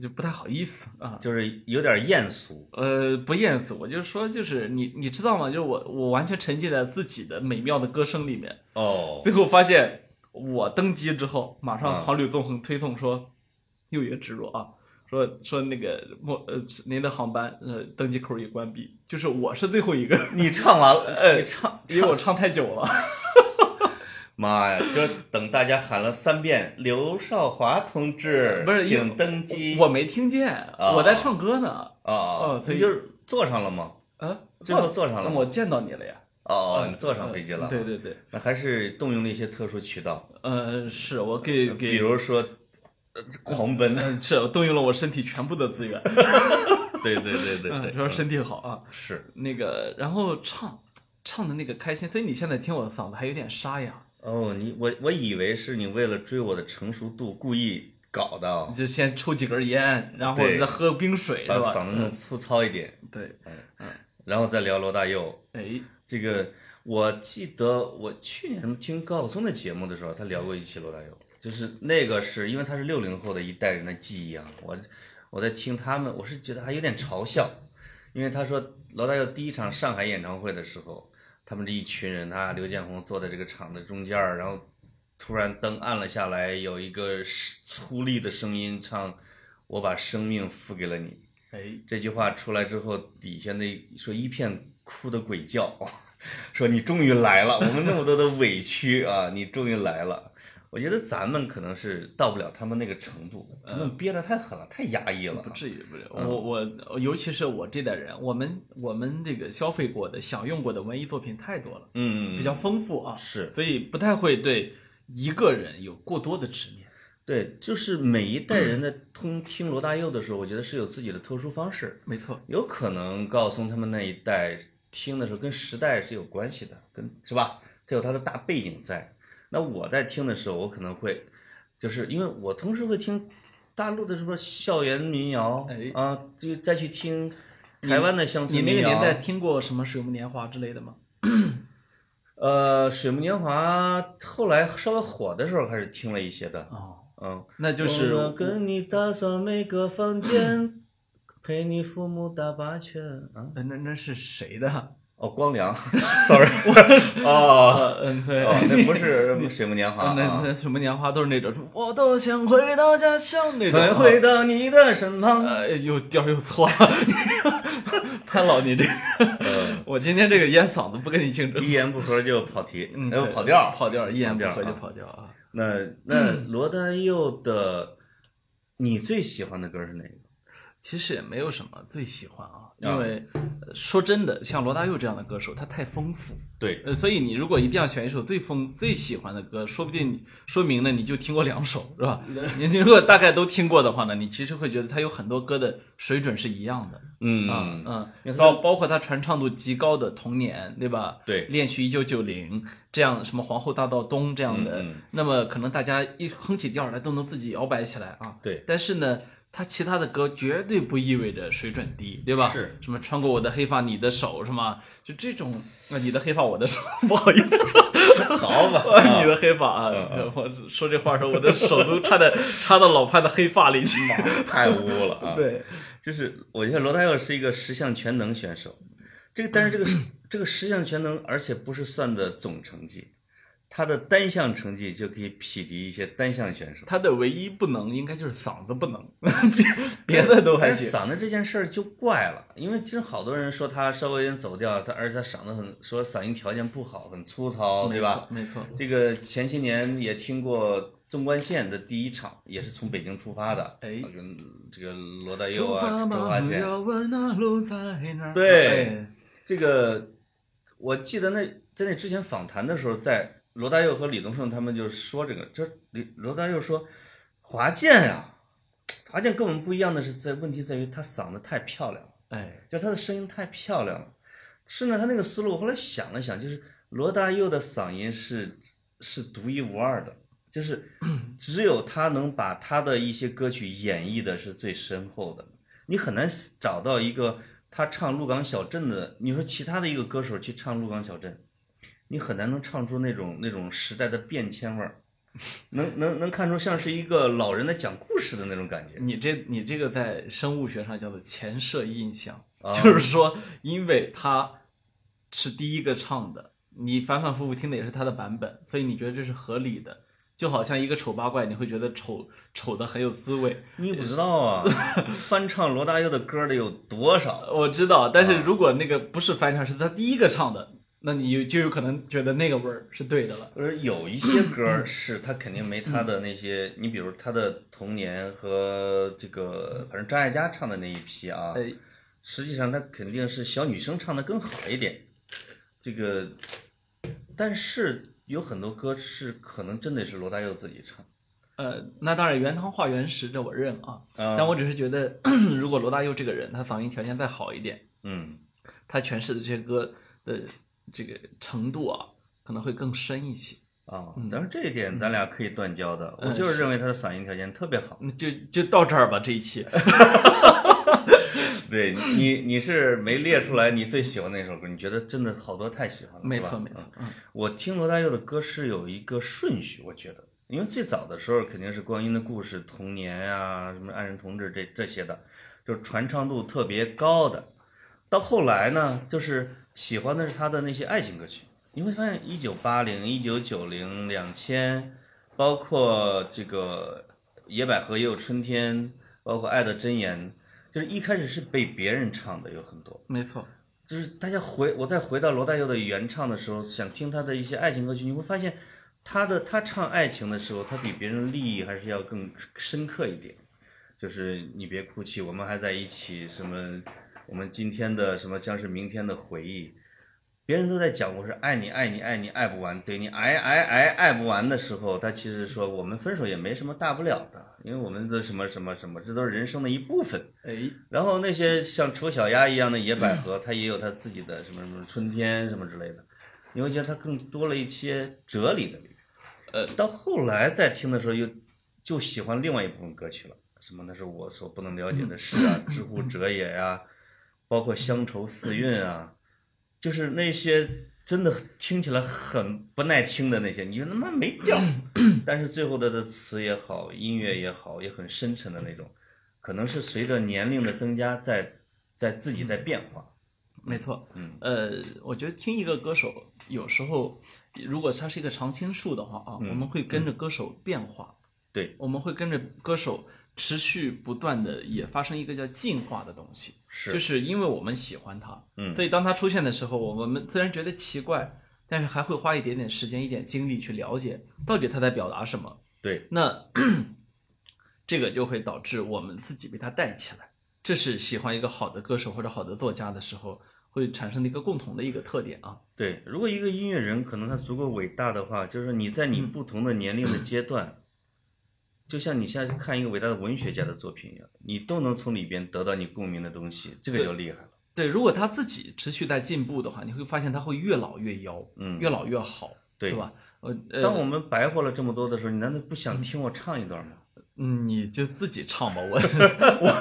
Speaker 1: 就不太好意思啊。
Speaker 2: 就是有点艳俗。
Speaker 1: 呃，不厌死，我就说，就是你，你知道吗？就是我，我完全沉浸在自己的美妙的歌声里面。
Speaker 2: 哦，
Speaker 1: 最后发现，我登基之后，马上
Speaker 2: 啊
Speaker 1: 好吕纵横推送说，又一个植入啊，说说那个莫呃您的航班呃登机口已关闭，就是我是最后一个，
Speaker 2: 你唱完了，
Speaker 1: 呃
Speaker 2: 你唱，
Speaker 1: 因为我唱太久了。
Speaker 2: 妈呀！就是等大家喊了三遍“刘少华同志，
Speaker 1: 不是因为
Speaker 2: 请登机”，
Speaker 1: 我没听见，我在唱歌呢。
Speaker 2: 哦
Speaker 1: 哦，所以
Speaker 2: 你就是坐上了吗？
Speaker 1: 啊，
Speaker 2: 最后坐上了吗
Speaker 1: 我见到你了呀。
Speaker 2: 哦，
Speaker 1: 嗯
Speaker 2: 你坐上飞机了。
Speaker 1: 嗯对，对对，
Speaker 2: 那还是动用了一些特殊渠道，
Speaker 1: 呃，是我给给，
Speaker 2: 比如说呃狂 奔。
Speaker 1: 嗯是我动用了我身体全部的资源，
Speaker 2: 对对对对
Speaker 1: 嗯
Speaker 2: 对，
Speaker 1: 主要身体好啊。
Speaker 2: 是
Speaker 1: 那个，然后唱唱的那个开心，所以你现在听我的嗓子还有点沙哑，
Speaker 2: 哦，你我我以为是你为了追我的成熟度故意搞的哦，
Speaker 1: 就先抽几根烟，然后
Speaker 2: 对
Speaker 1: 再喝冰水，是
Speaker 2: 把
Speaker 1: 吧？
Speaker 2: 嗓子弄粗糙一点，
Speaker 1: 对，
Speaker 2: 然后再聊罗大佑。
Speaker 1: 哎，
Speaker 2: 这个我记得我去年听高晓松的节目的时候，他聊过一期罗大佑，就是那个是因为他是六零后的一代人的记忆啊，我我在听他们，我是觉得还有点嘲笑，因为他说罗大佑第一场上海演唱会的时候，他们这一群人啊，刘建宏坐在这个场的中间儿，然后突然灯暗了下来，有一个粗粝的声音唱“我把生命付给了你”。
Speaker 1: 哎，
Speaker 2: 这句话出来之后，底下那说一片哭的鬼叫，说你终于来了，我们那么多的委屈啊，你终于来了。我觉得咱们可能是到不了他们那个程度，他们憋得太狠了，太压抑了
Speaker 1: 嗯不。至于，不至于。我我，尤其是我这代人，我们我们这个消费过的、享用过的文艺作品太多了，
Speaker 2: 嗯，嗯嗯
Speaker 1: 比较丰富啊，
Speaker 2: 是
Speaker 1: 所以不太会对一个人有过多的执念。
Speaker 2: 对，就是每一代人在通听罗大佑的时候，我觉得是有自己的特殊方式，
Speaker 1: 没错，
Speaker 2: 有可能高晓松他们那一代听的时候跟时代是有关系的，跟是吧？它有它的大背景在。那我在听的时候，我可能会，就是因为我同时会听大陆的什么校园民谣、
Speaker 1: 哎
Speaker 2: 啊，就再去听台湾的乡
Speaker 1: 你
Speaker 2: 村
Speaker 1: 那
Speaker 2: 民
Speaker 1: 个
Speaker 2: 谣。
Speaker 1: 年代听过什么《水木年华》之类的吗？
Speaker 2: 呃，水木年华后来稍微火的时候开始听了一些的，
Speaker 1: 哦，
Speaker 2: 嗯，
Speaker 1: 那就是
Speaker 2: 我们跟你打扫每个房间， 陪你父母打八圈啊。
Speaker 1: 呃那那那是谁的？
Speaker 2: 哦，光良，sorry，哦，
Speaker 1: 呃嗯，对，
Speaker 2: 哦， 那不是水木年华
Speaker 1: 啊，那
Speaker 2: 啊。
Speaker 1: 那什么年华都是那种，什么我都想回到家乡那种。
Speaker 2: 能回到你的身旁。
Speaker 1: 呃，又调儿又错了， 潘老你这，
Speaker 2: 嗯
Speaker 1: 我今天这个烟嗓子不跟你竞争，
Speaker 2: 一言不合就跑题，
Speaker 1: 嗯，
Speaker 2: 呃，
Speaker 1: 对
Speaker 2: 跑调儿。
Speaker 1: 跑调儿，一言不合
Speaker 2: 跑调
Speaker 1: 就
Speaker 2: 儿啊
Speaker 1: 跑调儿啊。
Speaker 2: 那那罗大佑的，你最喜欢的歌是哪个？
Speaker 1: 其实也没有什么最喜欢啊，因为呃说真的，像罗大佑这样的歌手，他太丰富，
Speaker 2: 对，
Speaker 1: 呃，所以你如果一定要选一首最丰最喜欢的歌，说不定你说明呢，你就听过两首，是吧？你你如果大概都听过的话呢，你其实会觉得他有很多歌的水准是一样的。嗯
Speaker 2: 嗯，
Speaker 1: 嗯，包包括他传唱度极高的《童年》，对吧？
Speaker 2: 对
Speaker 1: 恋曲一九九零这样什么《皇后大道东》这样的，
Speaker 2: 嗯嗯
Speaker 1: 那么可能大家一哼起调来都能自己摇摆起来啊。
Speaker 2: 对，
Speaker 1: 但是呢，他其他的歌绝对不意味着水准低，对吧？
Speaker 2: 是
Speaker 1: 什么穿过我的黑发，你的手是吗？就这种，那你的黑发，我的手， 不好意思，
Speaker 2: 好 吧，
Speaker 1: 你
Speaker 2: 啊
Speaker 1: 的黑发啊，我说这话的时候，我的手都 差点插到老潘的黑发里去。
Speaker 2: 太污了啊！，
Speaker 1: 对，
Speaker 2: 就是我觉得罗大佑是一个十项全能选手，这个但是这个
Speaker 1: 嗯
Speaker 2: 这个十项全能，而且不是算的总成绩，他的单项成绩就可以匹敌一些单项选手。
Speaker 1: 他的唯一不能应该就是嗓子不能， 别别的都还
Speaker 2: 但是
Speaker 1: 行。
Speaker 2: 嗓子这件事儿就怪了，因为其实好多人说他稍微有点走调，他而且他嗓子很说嗓音条件不好，很粗糙，对吧？
Speaker 1: 没错？没错。
Speaker 2: 这个前些年也听过纵贯线的第一场，也是从北京出发的，
Speaker 1: 哎
Speaker 2: 呃跟这个罗大佑啊、
Speaker 1: 出哎
Speaker 2: 周
Speaker 1: 吧，
Speaker 2: 华
Speaker 1: 不
Speaker 2: 健，
Speaker 1: 要问那路在哪儿。
Speaker 2: 对
Speaker 1: 哎，
Speaker 2: 这个我记得那在那之前访谈的时候，在罗大佑和李宗盛他们就说这个，就是李罗大佑说华健呀、华健跟我们不一样的是在问题在于他嗓子太漂亮了。
Speaker 1: 哎，
Speaker 2: 就是她的声音太漂亮了。顺着她那个思路，我后来想了想，就是罗大佑的嗓音是是独一无二的， 就是只有他能把他的一些歌曲演绎的是最深厚的。你很难找到一个他唱《鹿港小镇》的，你说其他的一个歌手去唱《鹿港小镇》，你很难能唱出那种那种时代的变迁味儿。能能能看出像是一个老人在讲故事的那种感觉。
Speaker 1: 哎你这你这个在生物学上叫做前摄印象，
Speaker 2: 啊
Speaker 1: 就是说，因为他是第一个唱的，你反反复复听的也是他的版本，所以你觉得这是合理的。就好像一个丑八怪，你会觉得丑丑的很有滋味。
Speaker 2: 你不知道啊， 翻唱罗大佑的歌的有多少？
Speaker 1: 呃我知道，但
Speaker 2: 啊
Speaker 1: 是如果那个不是翻唱，是他第一个唱的，那你就有可能觉得那个味儿是对的了。
Speaker 2: 而有一些歌是他肯定没他的那些，你比如他的《童年》和这个，反正张艾嘉唱的那一批啊，
Speaker 1: 哎，
Speaker 2: 实际上他肯定是小女生唱的更好一点。这个，但是有很多歌是可能真的是罗大佑自己唱
Speaker 1: 呃，那当然原汤化原食，这我认啊。
Speaker 2: 啊。
Speaker 1: 但我只是觉得， 如果罗大佑这个人他嗓音条件再好一点，
Speaker 2: 嗯，
Speaker 1: 他诠释的这些歌的这个程度啊，可能会更深一些。
Speaker 2: 啊，但是这一点咱俩可以断交的。
Speaker 1: 嗯
Speaker 2: 我就是认为他的嗓音条件特别好。
Speaker 1: 嗯就就到这儿吧，这一期。
Speaker 2: 对你，你是没列出来你最喜欢的那首歌，你觉得真的好多太喜欢了，
Speaker 1: 没
Speaker 2: 是吧
Speaker 1: 错，没错。。嗯，
Speaker 2: 我听罗大佑的歌是有一个顺序，我觉得，因为最早的时候肯定是《光阴的故事》《童年》啊，什么《爱人同志》这这些的，就是传唱度特别高的。到后来呢，就是喜欢的是他的那些爱情歌曲。你会发现，一九八零、一九九零、两千，包括这个《野百合也有春天》，包括《爱的箴言》，就是一开始是被别人唱的有很多。
Speaker 1: 没错。
Speaker 2: 就是大家回我再回到罗大佑的原唱的时候，想听他的一些爱情歌曲，你会发现他的他唱爱情的时候，他比别人立意还是要更深刻一点。就是你别哭泣，我们还在一起，什么我们今天的什么将是明天的回忆。别人都在讲我是爱你爱你爱你爱不完，对你爱爱爱爱不完的时候，他其实说我们分手也没什么大不了的，因为我们的什么什么什么，这都是人生的一部分。
Speaker 1: 哎，
Speaker 2: 然后那些像丑小鸭一样的野百合，它也有它自己的什么什么春天什么之类的，你会觉得它更多了一些哲理的里面。
Speaker 1: 呃，
Speaker 2: 到后来再听的时候又就喜欢另外一部分歌曲了，什么那是我所不能了解的事啊，知乎者也呀、包括乡愁四韵啊，就是那些真的听起来很不耐听的那些，你就他妈没 调，但是最后的的词也好，音乐也好，也很深沉的那种，可能是随着年龄的增加在在自己
Speaker 1: 嗯
Speaker 2: 在变化。
Speaker 1: 没错。
Speaker 2: 嗯
Speaker 1: 呃，我觉得听一个歌手，有时候如果他是一个常青树的话啊，
Speaker 2: 嗯
Speaker 1: 我们会跟着歌手变化。
Speaker 2: 对，
Speaker 1: 我们会跟着歌手持续不断的也发生一个叫进化的东西，
Speaker 2: 是
Speaker 1: 就是因为我们喜欢他，
Speaker 2: 嗯
Speaker 1: 所以当它出现的时候，我们虽然觉得奇怪，但是还会花一点点时间、一点精力去了解到底它在表达什么。
Speaker 2: 对，
Speaker 1: 那 这个就会导致我们自己被它带起来，这是喜欢一个好的歌手或者好的作家的时候会产生的一个共同的一个特点啊。
Speaker 2: 对，如果一个音乐人可能他足够伟大的话，就是你在你
Speaker 1: 嗯
Speaker 2: 不同的年龄的阶段，就像你现在看一个伟大的文学家的作品一样，你都能从里边得到你共鸣的东西，这个
Speaker 1: 对
Speaker 2: 就厉害了。
Speaker 1: 对，如果他自己持续在进步的话，你会发现他会越老越妖，
Speaker 2: 嗯
Speaker 1: 越老越好，
Speaker 2: 对
Speaker 1: 吧？呃，呃
Speaker 2: 当我们白活了这么多的时候，你难道不想听我唱一段吗？
Speaker 1: 嗯你就自己唱吧， 我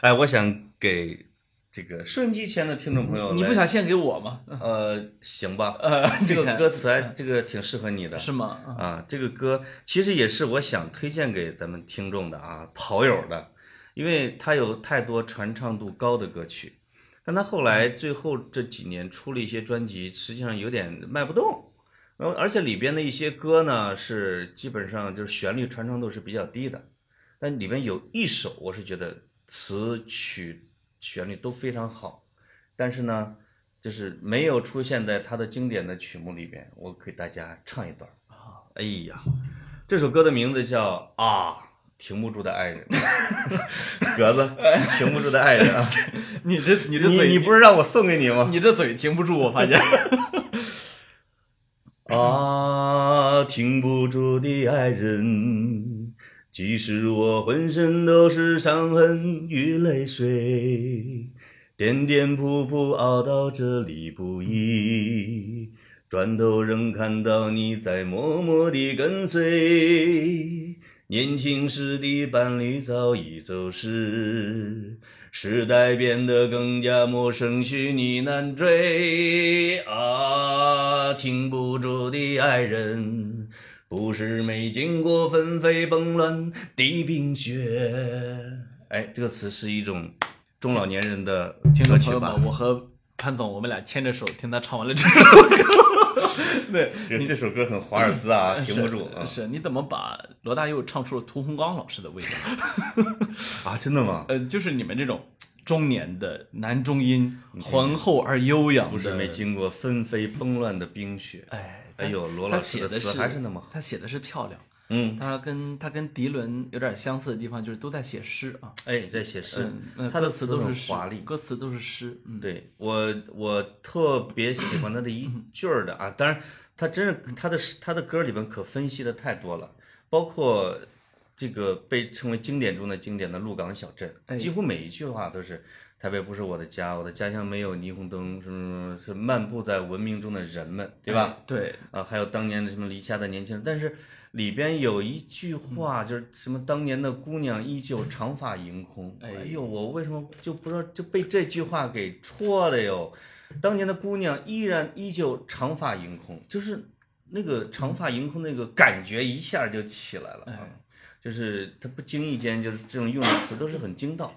Speaker 2: 哎，我想给这个收音机前的听众朋友来，
Speaker 1: 你不想献给我 吗？
Speaker 2: 呃，行吧，
Speaker 1: 呃，
Speaker 2: 这
Speaker 1: 你
Speaker 2: 个
Speaker 1: 看嗯
Speaker 2: 歌词还这个挺适合你的，
Speaker 1: 是吗？嗯
Speaker 2: 啊，这个歌其实也是我想推荐给咱们听众的啊，跑友的，因为它有太多传唱度高的歌曲，但他后来最后这几年出了一些专辑，实际上有点卖不动，然后而且里边的一些歌呢是基本上就是旋律传唱度是比较低的，但里边有一首我是觉得词曲旋律都非常好，但是呢。就是没有出现在他的经典的曲目里边，我给大家唱一段。哎呀，这首歌的名字叫啊，停不住的爱人， 格子，停不住的爱人啊！
Speaker 1: 你这你
Speaker 2: 你
Speaker 1: 这嘴
Speaker 2: 你不是让我送给你吗？
Speaker 1: 你这嘴停不住，我发 现。
Speaker 2: 啊，停不住的爱人，即使我浑身都是伤痕与泪水，颠颠仆仆熬到这里不易，转头仍看到你在默默地跟随。年轻时的伴侣早已走失，时代变得更加陌生，虚拟难追啊！停不住的爱人，不是没经过纷飞崩乱的冰雪。哎，这个词是一种中老年人的
Speaker 1: 听
Speaker 2: 歌
Speaker 1: 众
Speaker 2: 曲
Speaker 1: 朋友
Speaker 2: 吧
Speaker 1: 们，？我和潘总我们俩牵着手听他唱完了这 首歌。对，
Speaker 2: 这这首歌很华尔兹啊， 停不住啊
Speaker 1: 是是你怎么把罗大佑唱出了屠洪刚老师的味道？
Speaker 2: 啊！真的吗？
Speaker 1: 呃，就是你们这种中年的男中音，浑厚而悠扬的，
Speaker 2: 不是没经过纷飞崩乱的冰雪。
Speaker 1: 哎，
Speaker 2: 哎呦，罗
Speaker 1: 他
Speaker 2: 老师
Speaker 1: 写的
Speaker 2: 词还是那么好。
Speaker 1: 他写的是漂亮。
Speaker 2: 嗯，
Speaker 1: 他跟他跟迪伦有点相似的地方，就是都在写诗啊。
Speaker 2: 哎，在写诗
Speaker 1: 嗯，呃，
Speaker 2: 他
Speaker 1: 歌
Speaker 2: 的
Speaker 1: 词
Speaker 2: 词
Speaker 1: 都
Speaker 2: 很
Speaker 1: 是诗
Speaker 2: 华丽。
Speaker 1: 歌词都是诗。嗯，
Speaker 2: 对我，我特别喜欢他的一
Speaker 1: 嗯
Speaker 2: 句儿的啊，当然，他真是他的他的歌里边可分析的太多了，包括这个被称为经典中的经典的《鹿港小镇
Speaker 1: 哎》，
Speaker 2: 几乎每一句话都是“台北不是我的家，我的家乡没有霓虹灯”，什么什么，是漫步在文明中的人们，对吧？
Speaker 1: 哎？对，
Speaker 2: 啊，还有当年的什么离家的年轻人，但是里边有一句话
Speaker 1: 嗯
Speaker 2: 就是什么当年的姑娘依旧长发盈空，
Speaker 1: 哎
Speaker 2: 哎呦，我为什么就不知道就被这句话给戳了哟？当年的姑娘依然依旧长发盈空，就是那个长发盈空那个感觉一下就起来了啊，
Speaker 1: 哎
Speaker 2: 就是他不经意间就是这种用的词都是很精到。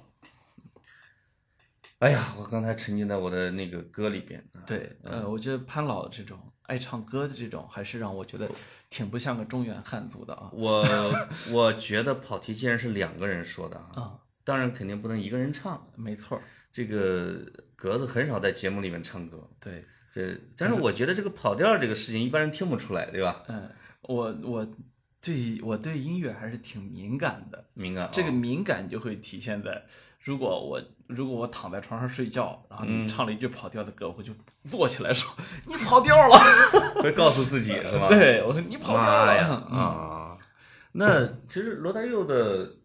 Speaker 2: 哎呀，我刚才沉浸在我的那个歌里边啊，
Speaker 1: 对，呃，我觉得潘老这种爱唱歌的这种，还是让我觉得挺不像个中原汉族的啊。
Speaker 2: 我我觉得跑题既然是两个人说的啊，
Speaker 1: 啊，
Speaker 2: 当然肯定不能一个人唱。
Speaker 1: 没错儿，
Speaker 2: 这个格子很少在节目里面唱歌，
Speaker 1: 对，
Speaker 2: 这但是我觉得这个跑调儿这个事情一般人听不出来，对吧？
Speaker 1: 嗯，我我对我对音乐还是挺敏感的，
Speaker 2: 敏感、
Speaker 1: 这个敏感就会体现在，如果我如果我躺在床上睡觉，然后你
Speaker 2: 嗯
Speaker 1: 唱了一句跑调的歌，我就坐起来说你跑调了，
Speaker 2: 会告诉自己是 吧？
Speaker 1: 对我说你跑调
Speaker 2: 啊妈
Speaker 1: 了
Speaker 2: 呀
Speaker 1: 嗯
Speaker 2: 啊！那其实罗大佑的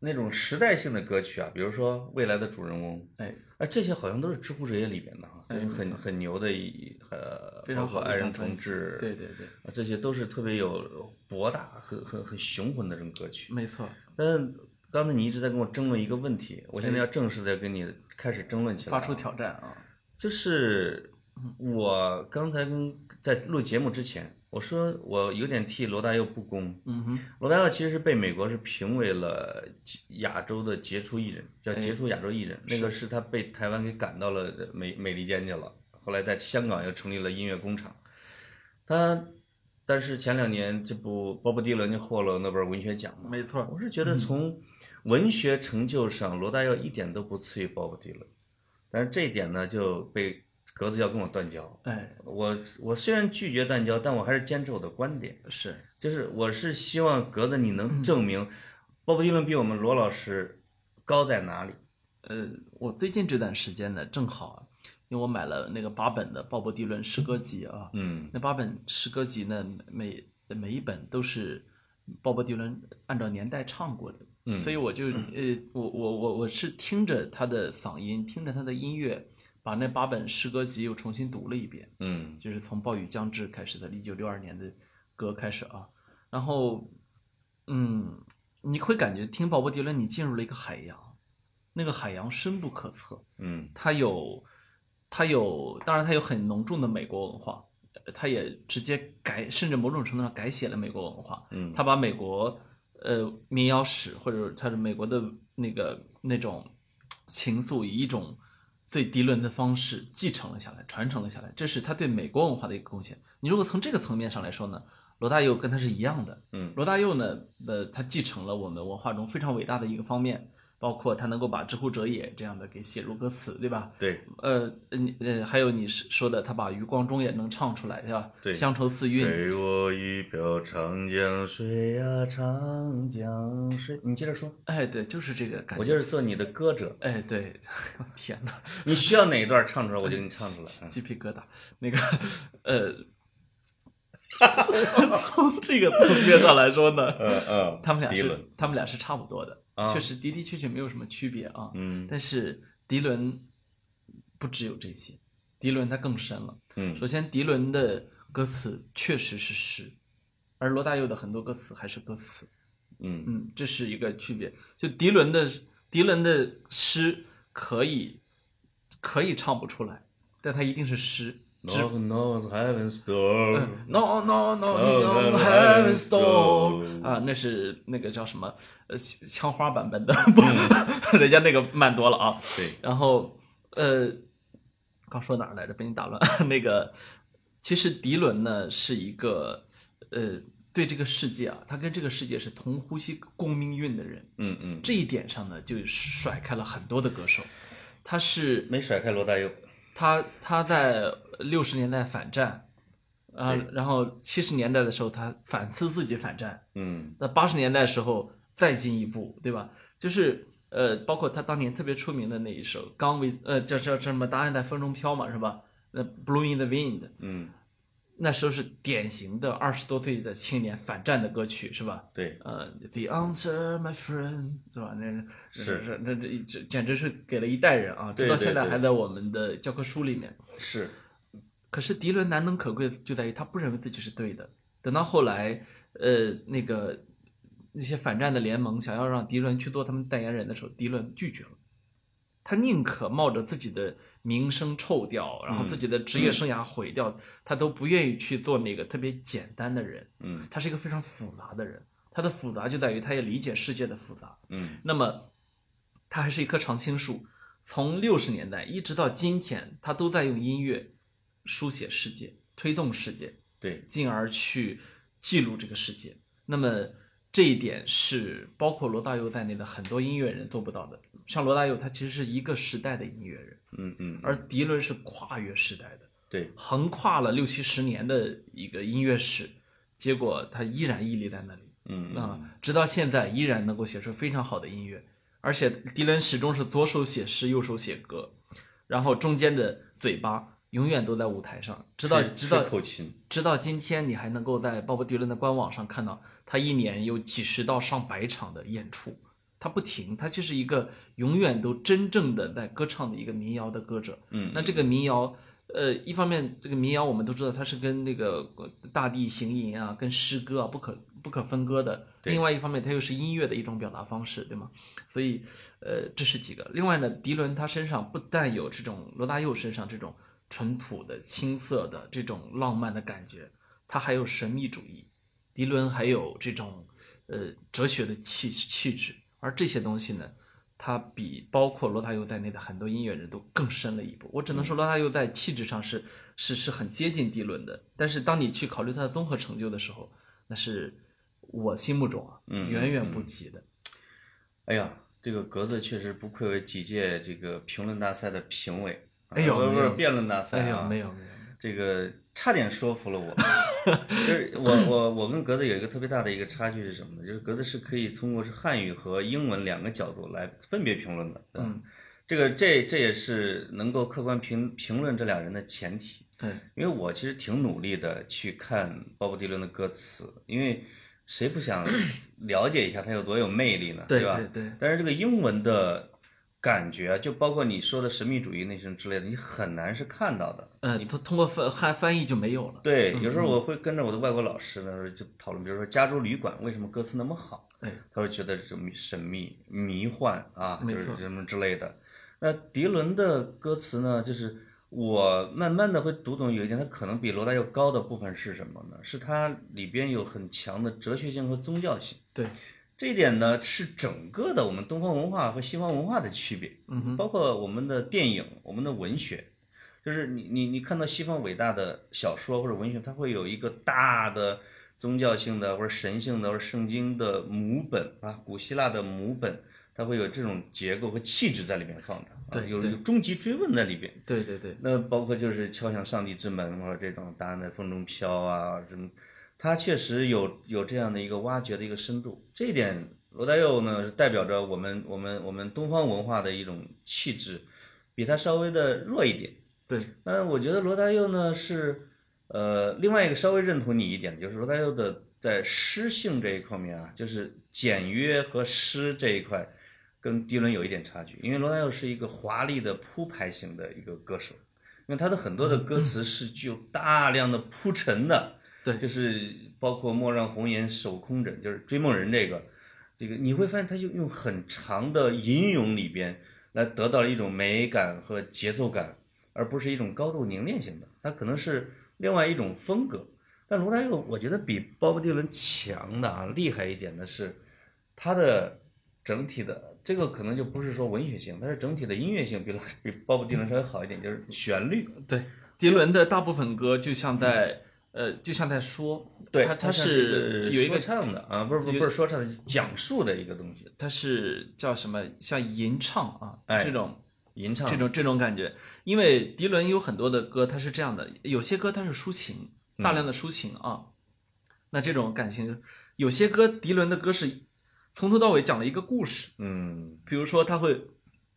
Speaker 2: 那种时代性的歌曲啊，比如说《未来的主人翁》，
Speaker 1: 哎，
Speaker 2: 啊，这些好像都是知乎者也里面的哈，
Speaker 1: 哎
Speaker 2: 就是
Speaker 1: 没
Speaker 2: 很
Speaker 1: 错
Speaker 2: 很牛的一，呃，
Speaker 1: 非常
Speaker 2: 包括
Speaker 1: 好的
Speaker 2: 爱
Speaker 1: 一张
Speaker 2: 人同
Speaker 1: 专辑
Speaker 2: 志，
Speaker 1: 对对对，
Speaker 2: 啊，这些都是特别有博大、很很很雄浑的这种歌曲。
Speaker 1: 没错，
Speaker 2: 但是刚才你一直在跟我争论一个问题，我现在
Speaker 1: 哎
Speaker 2: 要正式的跟你开始争论起来、
Speaker 1: 发出，挑战啊，
Speaker 2: 就是我刚才跟在录节目之前，我说我有点替罗大佑不公。
Speaker 1: 嗯哼，
Speaker 2: 罗大佑其实是被美国是评为了亚洲的杰出艺人，叫杰出亚洲艺人。那个是他被台湾给赶到了美美利坚去了，后来在香港又成立了音乐工厂。他，但是前两年这不鲍勃迪伦就获了诺贝尔文学奖嘛？
Speaker 1: 没错
Speaker 2: 我是觉得从文学成就上，罗大佑一点都不次于鲍勃迪伦，但是这一点呢就被格子要跟我断交。
Speaker 1: 哎，
Speaker 2: 我我虽然拒绝断交，但我还是坚持我的观点。
Speaker 1: 是
Speaker 2: 就是我是希望格子你
Speaker 1: 嗯
Speaker 2: 能证明，鲍勃迪伦比我们罗老师高在哪里？
Speaker 1: 呃，我最近这段时间呢，正好啊，因为我买了那个八本的鲍勃迪伦诗歌集啊，
Speaker 2: 嗯，
Speaker 1: 那八本诗歌集呢，每每一本都是鲍勃迪伦按照年代唱过的，
Speaker 2: 嗯
Speaker 1: 所以我就呃，我我我我是听着他的嗓音，听着他的音乐，把那八本诗歌集又重新读了一遍，
Speaker 2: 嗯
Speaker 1: 就是从《暴雨将至》开始的，一九六二年的歌开始啊，然后，嗯，你会感觉听鲍勃迪伦，你进入了一个海洋，那个海洋深不可测，
Speaker 2: 嗯
Speaker 1: 它有，它有，当然它有很浓重的美国文化，呃它也直接改，甚至某种程度上改写了美国文化。
Speaker 2: 嗯，
Speaker 1: 它把美国呃民谣史或者它是美国的那个那种情愫，以一种最低伦的方式继承了下来，传承了下来，这是他对美国文化的一个贡献。你如果从这个层面上来说呢，罗大佑跟他是一样的，
Speaker 2: 嗯
Speaker 1: 罗大佑呢，呃，他继承了我们文化中非常伟大的一个方面，包括他能够把“知乎者也”这样的给写入歌词，对吧？
Speaker 2: 对
Speaker 1: 呃，你呃，还有你是说的，他把余光中也能唱出来，对吧？
Speaker 2: 对
Speaker 1: 乡愁四韵，
Speaker 2: 给我一瓢长江水呀、长江水。你接着说，
Speaker 1: 哎，对，就是这个感
Speaker 2: 我
Speaker 1: 觉。
Speaker 2: 就是做你的歌者，
Speaker 1: 哎，对， 我天哪，
Speaker 2: 你需要哪一段唱出来，我就给你唱出来。嗯
Speaker 1: 鸡皮疙瘩。那个， 呃，从这个层面上来说呢，
Speaker 2: 嗯嗯
Speaker 1: 他们俩
Speaker 2: 迪
Speaker 1: 是
Speaker 2: 伦，
Speaker 1: 他们俩是差不多的，
Speaker 2: 啊
Speaker 1: 确实的的确确没有什么区别啊。
Speaker 2: 嗯
Speaker 1: 但是迪伦不只有这些，迪伦他更深了。
Speaker 2: 嗯
Speaker 1: 首先，迪伦的歌词确实是诗，而罗大佑的很多歌词还是歌词。
Speaker 2: 嗯
Speaker 1: 嗯，这是一个区别。就迪伦的迪伦的诗可以可以唱不出来，但他一定是诗。嗯
Speaker 2: Knock knock heaven's door，
Speaker 1: No no no
Speaker 2: Oh,
Speaker 1: no
Speaker 2: heaven
Speaker 1: heaven
Speaker 2: stone
Speaker 1: stone 啊，那是那个叫什么呃枪枪花版本的，不， 人家那个慢多了啊。
Speaker 2: 对，
Speaker 1: 然后呃，刚说哪儿来着？被你打乱。 那个其实迪伦呢是一个呃对这个世界啊，他跟这个世界是同呼吸共命运的人，
Speaker 2: 嗯嗯，
Speaker 1: 这一点上呢就甩开了很多的歌手。他是
Speaker 2: 没甩开罗大佑，
Speaker 1: 他他在六十年代反战，啊、
Speaker 2: 对
Speaker 1: 然后七十年代的时候他反思自己反战，
Speaker 2: 嗯
Speaker 1: 那八十年代的时候再进一步，对吧？就是呃，包括他当年特别出名的那一首《刚为呃叫叫叫什么答案在风中飘》嘛，是吧？那《Blowing in the Wind》
Speaker 2: 嗯，
Speaker 1: 那时候是典型的二十多岁的青年反战的歌曲，是吧？
Speaker 2: 对，
Speaker 1: 呃，The answer, my friend，是吧？那
Speaker 2: 是
Speaker 1: 那那这这简直是给了一代人啊，
Speaker 2: 对
Speaker 1: 直到
Speaker 2: 对
Speaker 1: 现在
Speaker 2: 对
Speaker 1: 还在我们的教科书里面。
Speaker 2: 是，
Speaker 1: 可是迪伦难能可贵就在于他不认为自己是对的。等到后来，呃，那个那些反战的联盟想要让迪伦去做他们代言人的时候，迪伦拒绝了。他宁可冒着自己的名声臭掉，然后
Speaker 2: 嗯
Speaker 1: 自己的职业生涯毁掉，他都不愿意去做那个特别简单的人。
Speaker 2: 嗯
Speaker 1: 他是一个非常复杂的人，他的复杂就在于他也理解世界的复杂。
Speaker 2: 嗯
Speaker 1: 那么，他还是一棵常青树，从六十年代一直到今天，他都在用音乐书写世界，推动世界，
Speaker 2: 对，
Speaker 1: 进而去记录这个世界。那么这一点是包括罗大佑在内的很多音乐人做不到的。像罗大佑，他其实是一个时代的音乐人，
Speaker 2: 嗯嗯，
Speaker 1: 而迪伦是跨越时代的，
Speaker 2: 对，
Speaker 1: 横跨了六七十年的一个音乐史，结果他依然屹立在那里。
Speaker 2: 嗯
Speaker 1: 啊
Speaker 2: 嗯，
Speaker 1: 直到现在依然能够写出非常好的音乐，而且迪伦始终是左手写诗，右手写歌，然后中间的嘴巴永远都在舞台上，直到
Speaker 2: 吃
Speaker 1: 直到
Speaker 2: 吃口琴，
Speaker 1: 直到今天，你还能够在鲍勃迪伦的官网上看到他一年有几十到上百场的演出，他不停，他就是一个永远都真正的在歌唱的一个民谣的歌者。
Speaker 2: 嗯，
Speaker 1: 那这个民谣，呃，一方面这个民谣我们都知道它是跟那个呃大地行吟啊、跟诗歌啊不可不可分割的，
Speaker 2: 对
Speaker 1: 另外一方面它又是音乐的一种表达方式，对吗？所以，呃，这是几个。另外呢，迪伦他身上不但有这种罗大佑身上这种淳朴的、青涩的这种浪漫的感觉，他还有神秘主义，迪伦还有这种呃哲学的气气质，而这些东西呢，它比包括罗大佑在内的很多音乐人都更深了一步。我只
Speaker 2: 嗯
Speaker 1: 能说罗大佑在气质上是是是很接近迪伦的，但是当你去考虑他的综合成就的时候，那是我心目中啊
Speaker 2: 嗯
Speaker 1: 远远不及的。
Speaker 2: 哎呀，这个格子确实不愧为几届这个评论大赛的评委，啊
Speaker 1: 哎呦
Speaker 2: 不是不
Speaker 1: 没
Speaker 2: 是
Speaker 1: 有
Speaker 2: 辩论大赛
Speaker 1: 哎
Speaker 2: 啊
Speaker 1: 呦，，没有没有，
Speaker 2: 这个差点说服 了我，就是我我我跟格子有一个特别大的一个差距是什么呢？就是格子是可以通过是汉语和英文两个角度来分别评论的，对吧
Speaker 1: 嗯，
Speaker 2: 这个这这也是能够客观评评论这俩人的前提，
Speaker 1: 嗯，
Speaker 2: 因为我其实挺努力的去看鲍勃迪伦的歌词，因为谁 不想了解一下他有多有魅力呢，
Speaker 1: 对
Speaker 2: 吧？
Speaker 1: 对对，
Speaker 2: 但是这个英文的感觉啊，就包括你说的神秘主义那些之类的，你很难是看到的。
Speaker 1: 呃，通通过翻翻翻译就没有了。
Speaker 2: 对，有时
Speaker 1: 嗯
Speaker 2: 候我会跟着我的外国老师呢，就讨论，比如说《加州旅馆》为什么歌词那么好，
Speaker 1: 哎，
Speaker 2: 他会觉得这种神秘、迷幻啊，
Speaker 1: 没
Speaker 2: 就
Speaker 1: 错
Speaker 2: 是什么之类的。那迪伦的歌词呢，就是我慢慢的会读懂有一点，他可能比罗大佑高的部分是什么呢？是他里边有很强的哲学性和宗教性。
Speaker 1: 对，
Speaker 2: 这一点呢，是整个的我们东方文化和西方文化的区别。
Speaker 1: 嗯哼，
Speaker 2: 包括我们的电影、我们的文学，就是你你你看到西方伟大的小说或者文学，它会有一个大的宗教性的或者神性的或者圣经的母本啊，古希腊的母本，它会有这种结构和气质在里面放着，啊、
Speaker 1: 对
Speaker 2: 有
Speaker 1: 对
Speaker 2: 有终极追问在里边。
Speaker 1: 对对对，
Speaker 2: 那包括就是敲响上帝之门或者这种答案在风中飘啊什么，它确实有有这样的一个挖掘的一个深度。这一点，罗大佑呢是代表着我们我们我们东方文化的一种气质，比他稍微的弱一点。
Speaker 1: 对，
Speaker 2: 但我觉得罗大佑呢是，呃，另外一个稍微认同你一点，就是罗大佑的在诗性这一方面啊，就是简约和诗这一块，跟迪伦有一点差距，因为罗大佑是一个华丽的铺排型的一个歌手，因为他的很多的歌词是具有大量的铺陈的，
Speaker 1: 对
Speaker 2: 就是包括“莫让红颜守空枕”，就是《追梦人》这个，这个你会发现他就用很长的吟咏里边来得到一种美感和节奏感。而不是一种高度凝练型的，它可能是另外一种风格。但罗大佑，我觉得比鲍勃迪伦强的啊，厉害一点的是，他的整体的这个可能就不是说文学性，但是整体的音乐性比 罗比鲍勃迪伦稍微好一点，就是旋律。
Speaker 1: 对，迪伦的大部分歌就像在、呃，就像在说，
Speaker 2: 嗯对，
Speaker 1: 他
Speaker 2: 它
Speaker 1: 是有一
Speaker 2: 说
Speaker 1: 个
Speaker 2: 唱的啊，不是不是不是说唱的，讲述的一个东西，
Speaker 1: 他是叫什么，像吟唱啊、
Speaker 2: 哎
Speaker 1: 这种
Speaker 2: 吟唱
Speaker 1: 这种这种感觉，因为迪伦有很多的歌，它是这样的，有些歌它是抒情，大
Speaker 2: 嗯
Speaker 1: 量的抒情啊。那这种感情，有些歌迪伦的歌是从头到尾讲了一个故事，
Speaker 2: 嗯
Speaker 1: 比如说他会，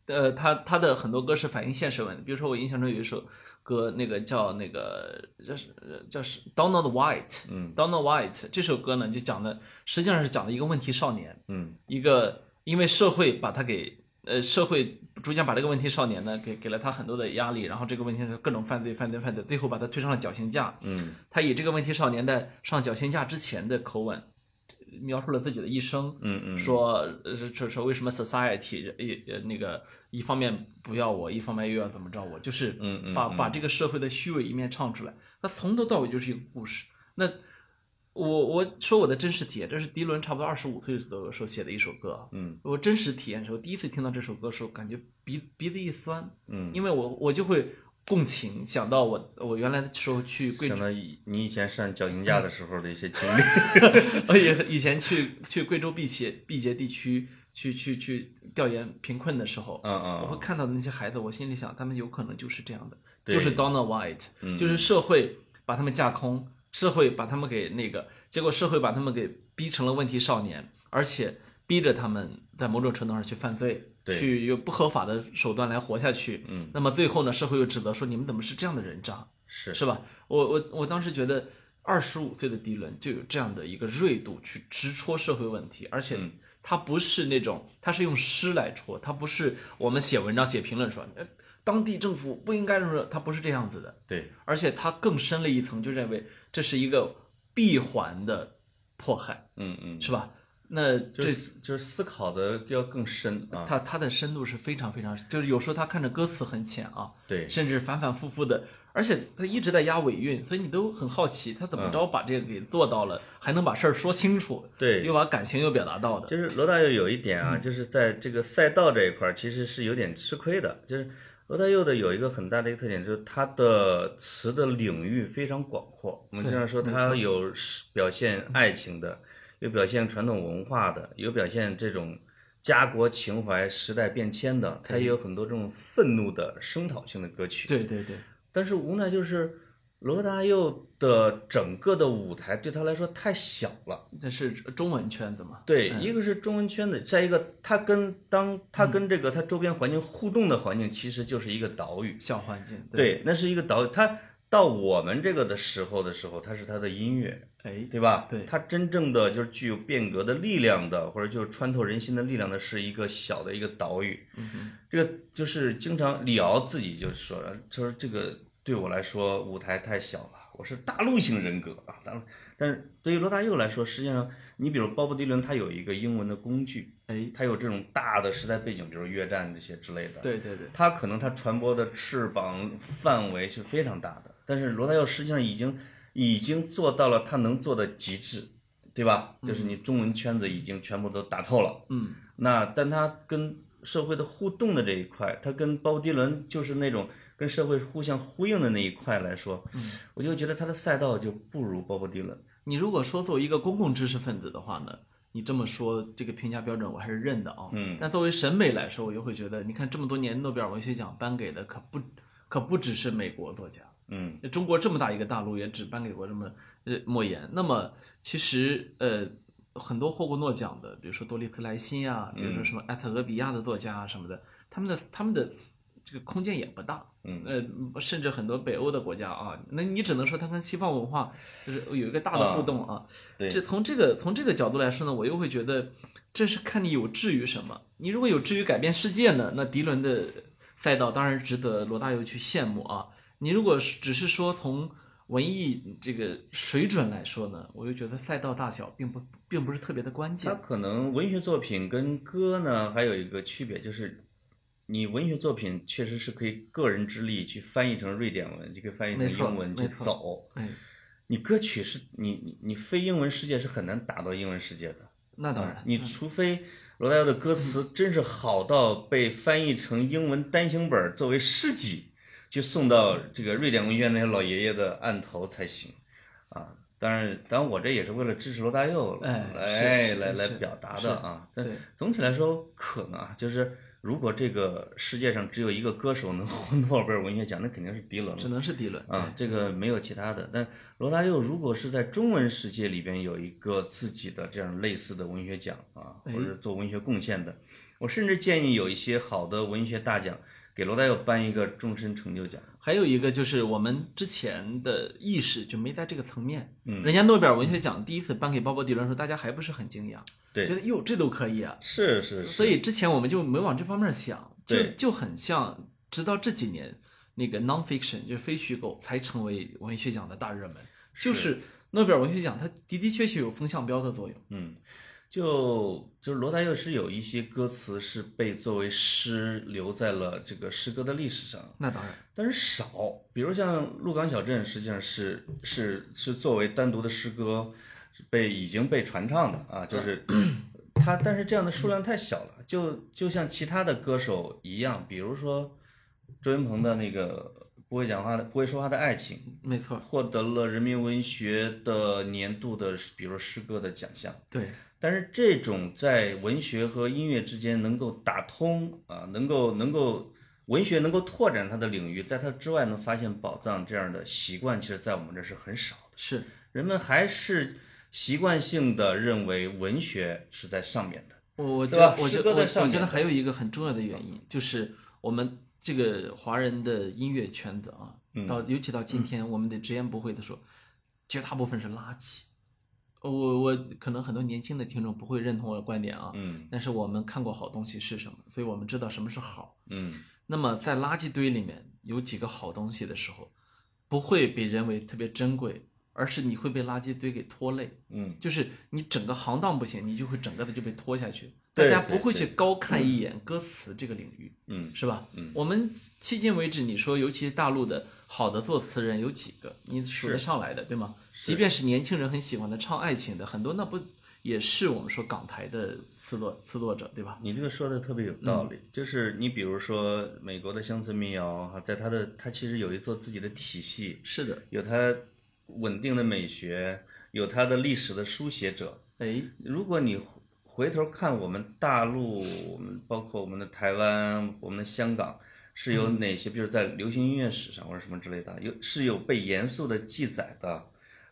Speaker 1: 呃，他他的很多歌是反映现实问题，比如说我印象中有一首歌，那个叫那个叫是呃叫是 Donald White，Donald
Speaker 2: 嗯
Speaker 1: White 这首歌呢就讲的实际上是讲的一个问题少年，
Speaker 2: 嗯
Speaker 1: 一个因为社会把他给呃社会逐渐把这个问题少年呢给给了他很多的压力，然后这个问题是各种犯罪犯罪犯罪，最后把他推上了绞刑架。
Speaker 2: 嗯
Speaker 1: 他以这个问题少年在上绞刑架之前的口吻，描述了自己的一生，
Speaker 2: 嗯嗯，
Speaker 1: 说呃说说为什么 society 呃呃那个一方面不要我，一方面又要怎么着我，就是
Speaker 2: 嗯嗯
Speaker 1: 把
Speaker 2: 嗯
Speaker 1: 把这个社会的虚伪一面唱出来。他从头到尾就是一个故事。那我我说我的真实体验，这是迪伦差不多二十五岁左右的时候写的一首歌。
Speaker 2: 嗯
Speaker 1: 我真实体验的时候，第一次听到这首歌的时候，感觉鼻鼻子一酸，
Speaker 2: 嗯，
Speaker 1: 因为我我就会共情，想到我我原来的时候去贵州
Speaker 2: 相，当于你以前上绞刑架的时候的一些经历。
Speaker 1: 而且呃以前去去贵州毕节毕节地区去去去调研贫困的时候，
Speaker 2: 嗯嗯，
Speaker 1: 我会看到的那些孩子，我心里想，他们有可能就是这样的，
Speaker 2: 对
Speaker 1: 就是 Donald White，、
Speaker 2: 嗯
Speaker 1: 就是社会把他们架空，社会把他们给那个，结果社会把他们给逼成了问题少年，而且逼着他们在某种程度上去犯罪，
Speaker 2: 对
Speaker 1: 去用不合法的手段来活下去。
Speaker 2: 嗯，
Speaker 1: 那么最后呢，社会又指责说你们怎么是这样的人渣，
Speaker 2: 是
Speaker 1: 是吧？我我我当时觉得。二十五岁的迪伦就有这样的一个锐度去直戳社会问题，而且
Speaker 2: 嗯
Speaker 1: 他不是那种，他是用诗来戳，他不是我们写文章写评论说，呃当地政府不应该这么说，他不是这样子的，
Speaker 2: 对，
Speaker 1: 而且他更深了一层，就认为这是一个闭环的迫害，
Speaker 2: 嗯嗯，
Speaker 1: 是吧？那
Speaker 2: 就
Speaker 1: 这
Speaker 2: 是就是思考的要更深啊。
Speaker 1: 他他的深度是非常非常，就是有时候他看着歌词很浅啊，
Speaker 2: 对，
Speaker 1: 甚至反反复复的，而且他一直在押尾韵，所以你都很好奇他怎么着把这个给做到了，还能把事儿说清楚，
Speaker 2: 对
Speaker 1: 又把感情又表达到的，嗯
Speaker 2: 就是罗大佑有一点啊，就是在这个赛道这一块儿其实是有点吃亏的。就是罗大佑的有一个很大的一个特点，就是他的词的领域非常广阔。我们经常说他有是表现爱情的，有表现传统文化的，有表现这种家国情怀、时代变迁的，他也有很多这种愤怒的声讨性的歌曲。
Speaker 1: 对对对，
Speaker 2: 但是无奈就是罗大佑的整个的舞台对他来说太小了。
Speaker 1: 这是中文圈子嘛，
Speaker 2: 对，
Speaker 1: 嗯
Speaker 2: 一个是中文圈子，再一个他跟当他跟这个他周边环境互动的环境，其实就是一个岛屿。
Speaker 1: 小环境，，
Speaker 2: 对，那是一个岛屿。他到我们这个的时候的时候，它是他的音乐，
Speaker 1: 哎，
Speaker 2: 对吧？
Speaker 1: 对
Speaker 2: 它真正的就是具有变革的力量的，或者就是穿透人心的力量的，是一个小的一个岛屿。
Speaker 1: 嗯哼。
Speaker 2: 这个就是经常李敖自己就说，说这个对我来说舞台太小了，我是大陆型人格啊。大陆，但是对于罗大佑来说，实际上你比如鲍勃迪伦，他有一个英文的工具，
Speaker 1: 哎，
Speaker 2: 他有这种大的时代背景，比如越战这些之类的。，
Speaker 1: 对对对，
Speaker 2: 他可能他传播的翅膀范围是非常大的，但是罗大佑实际上已经已经做到了他能做的极致，对吧？就是你中文圈子已经全部都打透了。
Speaker 1: 嗯，
Speaker 2: 那但他跟社会的互动的这一块，他跟鲍勃迪伦就是那种跟社会互相呼应的那一块来说，我就觉得他的赛道就不如鲍勃迪伦。
Speaker 1: 你如果说作为一个公共知识分子的话呢，你这么说这个评价标准我还是认的啊。
Speaker 2: 嗯
Speaker 1: 但作为审美来说，我又会觉得，你看这么多年诺贝尔文学奖颁给的可不可不只是美国作家，
Speaker 2: 嗯
Speaker 1: 中国这么大一个大陆也只颁给过这么呃莫言。那么其实呃。很多获过诺奖的，比如说多丽兹莱辛啊，比如说什么埃塞俄比亚的作家啊什么的，他们的他们的这个空间也不大，
Speaker 2: 嗯，
Speaker 1: 呃，甚至很多北欧的国家啊，那你只能说它跟西方文化就是有一个大的互动啊。
Speaker 2: 对
Speaker 1: 这从这个从这个角度来说呢，我又会觉得，这是看你有志于什么。你如果有志于改变世界呢，那迪伦的赛道当然值得罗大佑去羡慕啊。你如果是只是说从文艺这个水准来说呢，我就觉得赛道大小并不并不是特别的关
Speaker 2: 他
Speaker 1: 键。
Speaker 2: 可能文学作品跟歌呢还有一个区别就是。你文学作品确实是可以个人之力去翻译成瑞典文，就可以翻译成
Speaker 1: 没错
Speaker 2: 英文
Speaker 1: 没
Speaker 2: 去
Speaker 1: 错
Speaker 2: 走。
Speaker 1: 哎，
Speaker 2: 你歌曲是你你你非英文世界是很难打到英文世界的。
Speaker 1: 那当
Speaker 2: 啊
Speaker 1: 然，
Speaker 2: 你除非罗大佑的
Speaker 1: 嗯
Speaker 2: 歌词真是好到被翻译成英文单行本儿作为诗集，去送到
Speaker 1: 嗯
Speaker 2: 这个瑞典文学院那些老爷爷的案头才行，啊。当然，当然，我这也是为了支持罗大佑
Speaker 1: 哎
Speaker 2: 来、
Speaker 1: 是是
Speaker 2: 来来
Speaker 1: 是
Speaker 2: 表达
Speaker 1: 是
Speaker 2: 的啊。但
Speaker 1: 对
Speaker 2: 总体来说，可能啊，就是如果这个世界上只有一个歌手能获 诺贝尔文学奖，那肯定是迪伦了。
Speaker 1: 只能是迪伦。
Speaker 2: 啊，这个没有其他的。但罗大佑如果是在中文世界里边有一个自己的这样类似的文学奖啊，
Speaker 1: 哎
Speaker 2: 或者做文学贡献的，我甚至建议有一些好的文学大奖给罗大佑颁一个终身成就奖。
Speaker 1: 还有一个就是我们之前的意识就没在这个层面。
Speaker 2: 嗯
Speaker 1: 人家诺贝尔文学奖第一次颁给鲍勃迪伦的时候，大家还不是很惊讶，觉
Speaker 2: 对，
Speaker 1: 得哟这都可以啊。
Speaker 2: 是是是，
Speaker 1: 所以之前我们就没往这方面想，就
Speaker 2: 对
Speaker 1: 就很像，直到这几年那个 nonfiction 就是非虚构才成为文学奖的大热门，就是诺贝尔文学奖它的的确确有风向标的作用。
Speaker 2: 嗯，就就是罗大佑是有一些歌词是被作为诗留在了这个诗歌的历史上，
Speaker 1: 那当然，
Speaker 2: 但是少，比如像《鹿港小镇》，实际上是是是作为单独的诗歌，是被已经被传唱的啊，就是它，但是这样的数量太小了，就就像其他的歌手一样，比如说周云鹏的那个不会讲话的不会说话的爱情，
Speaker 1: 没错，
Speaker 2: 获得了人民文学的年度的，比如诗歌的奖项。
Speaker 1: 对，
Speaker 2: 但是这种在文学和音乐之间能够打通啊，能够能够文学能够拓展它的领域，在它之外能发现宝藏这样的习惯，其实在我们这儿是很少的。
Speaker 1: 是
Speaker 2: 人们还是习惯性的认为文学是在上面的。
Speaker 1: 我我觉
Speaker 2: 是吧
Speaker 1: 得我觉
Speaker 2: 诗
Speaker 1: 得
Speaker 2: 歌
Speaker 1: 我
Speaker 2: 在上
Speaker 1: 我
Speaker 2: 面
Speaker 1: 觉得还有一个很重要的原因，就是我们这个华人的音乐圈子啊，
Speaker 2: 嗯
Speaker 1: 到尤其到今天，我们得直言不讳的说，绝大部分是垃圾。我我可能很多年轻的听众不会认同我的观点啊，
Speaker 2: 嗯
Speaker 1: 但是我们看过好东西是什么，所以我们知道什么是好。
Speaker 2: 嗯，
Speaker 1: 那么在垃圾堆里面有几个好东西的时候，不会被认为特别珍贵，而是你会被垃圾堆给拖累。
Speaker 2: 嗯，
Speaker 1: 就是你整个行当不行，你就会整个的就被拖下去。大
Speaker 2: 对
Speaker 1: 家不会
Speaker 2: 对
Speaker 1: 去高看一眼歌词这个领域，
Speaker 2: 嗯
Speaker 1: 是吧？
Speaker 2: 嗯
Speaker 1: 我们迄今为止，你说尤其是大陆的好的作词人有几个，你数得
Speaker 2: 是
Speaker 1: 上来的，对吗？即便是年轻人很喜欢的唱爱情的，很多那不也是我们说港台的词作词作者，对吧？
Speaker 2: 你这个说的特别有道理，就是你比如说美国的乡村民谣哈，在它的它其实有一座自己的体系，
Speaker 1: 是的，
Speaker 2: 有它稳定的美学，有它的历史的书写者。
Speaker 1: 哎，
Speaker 2: 如果你回头看我们大陆，我们包括我们的台湾、我们的香港，是有哪些，比如在流行音乐史上或者什么之类的，有是有被严肃的记载的，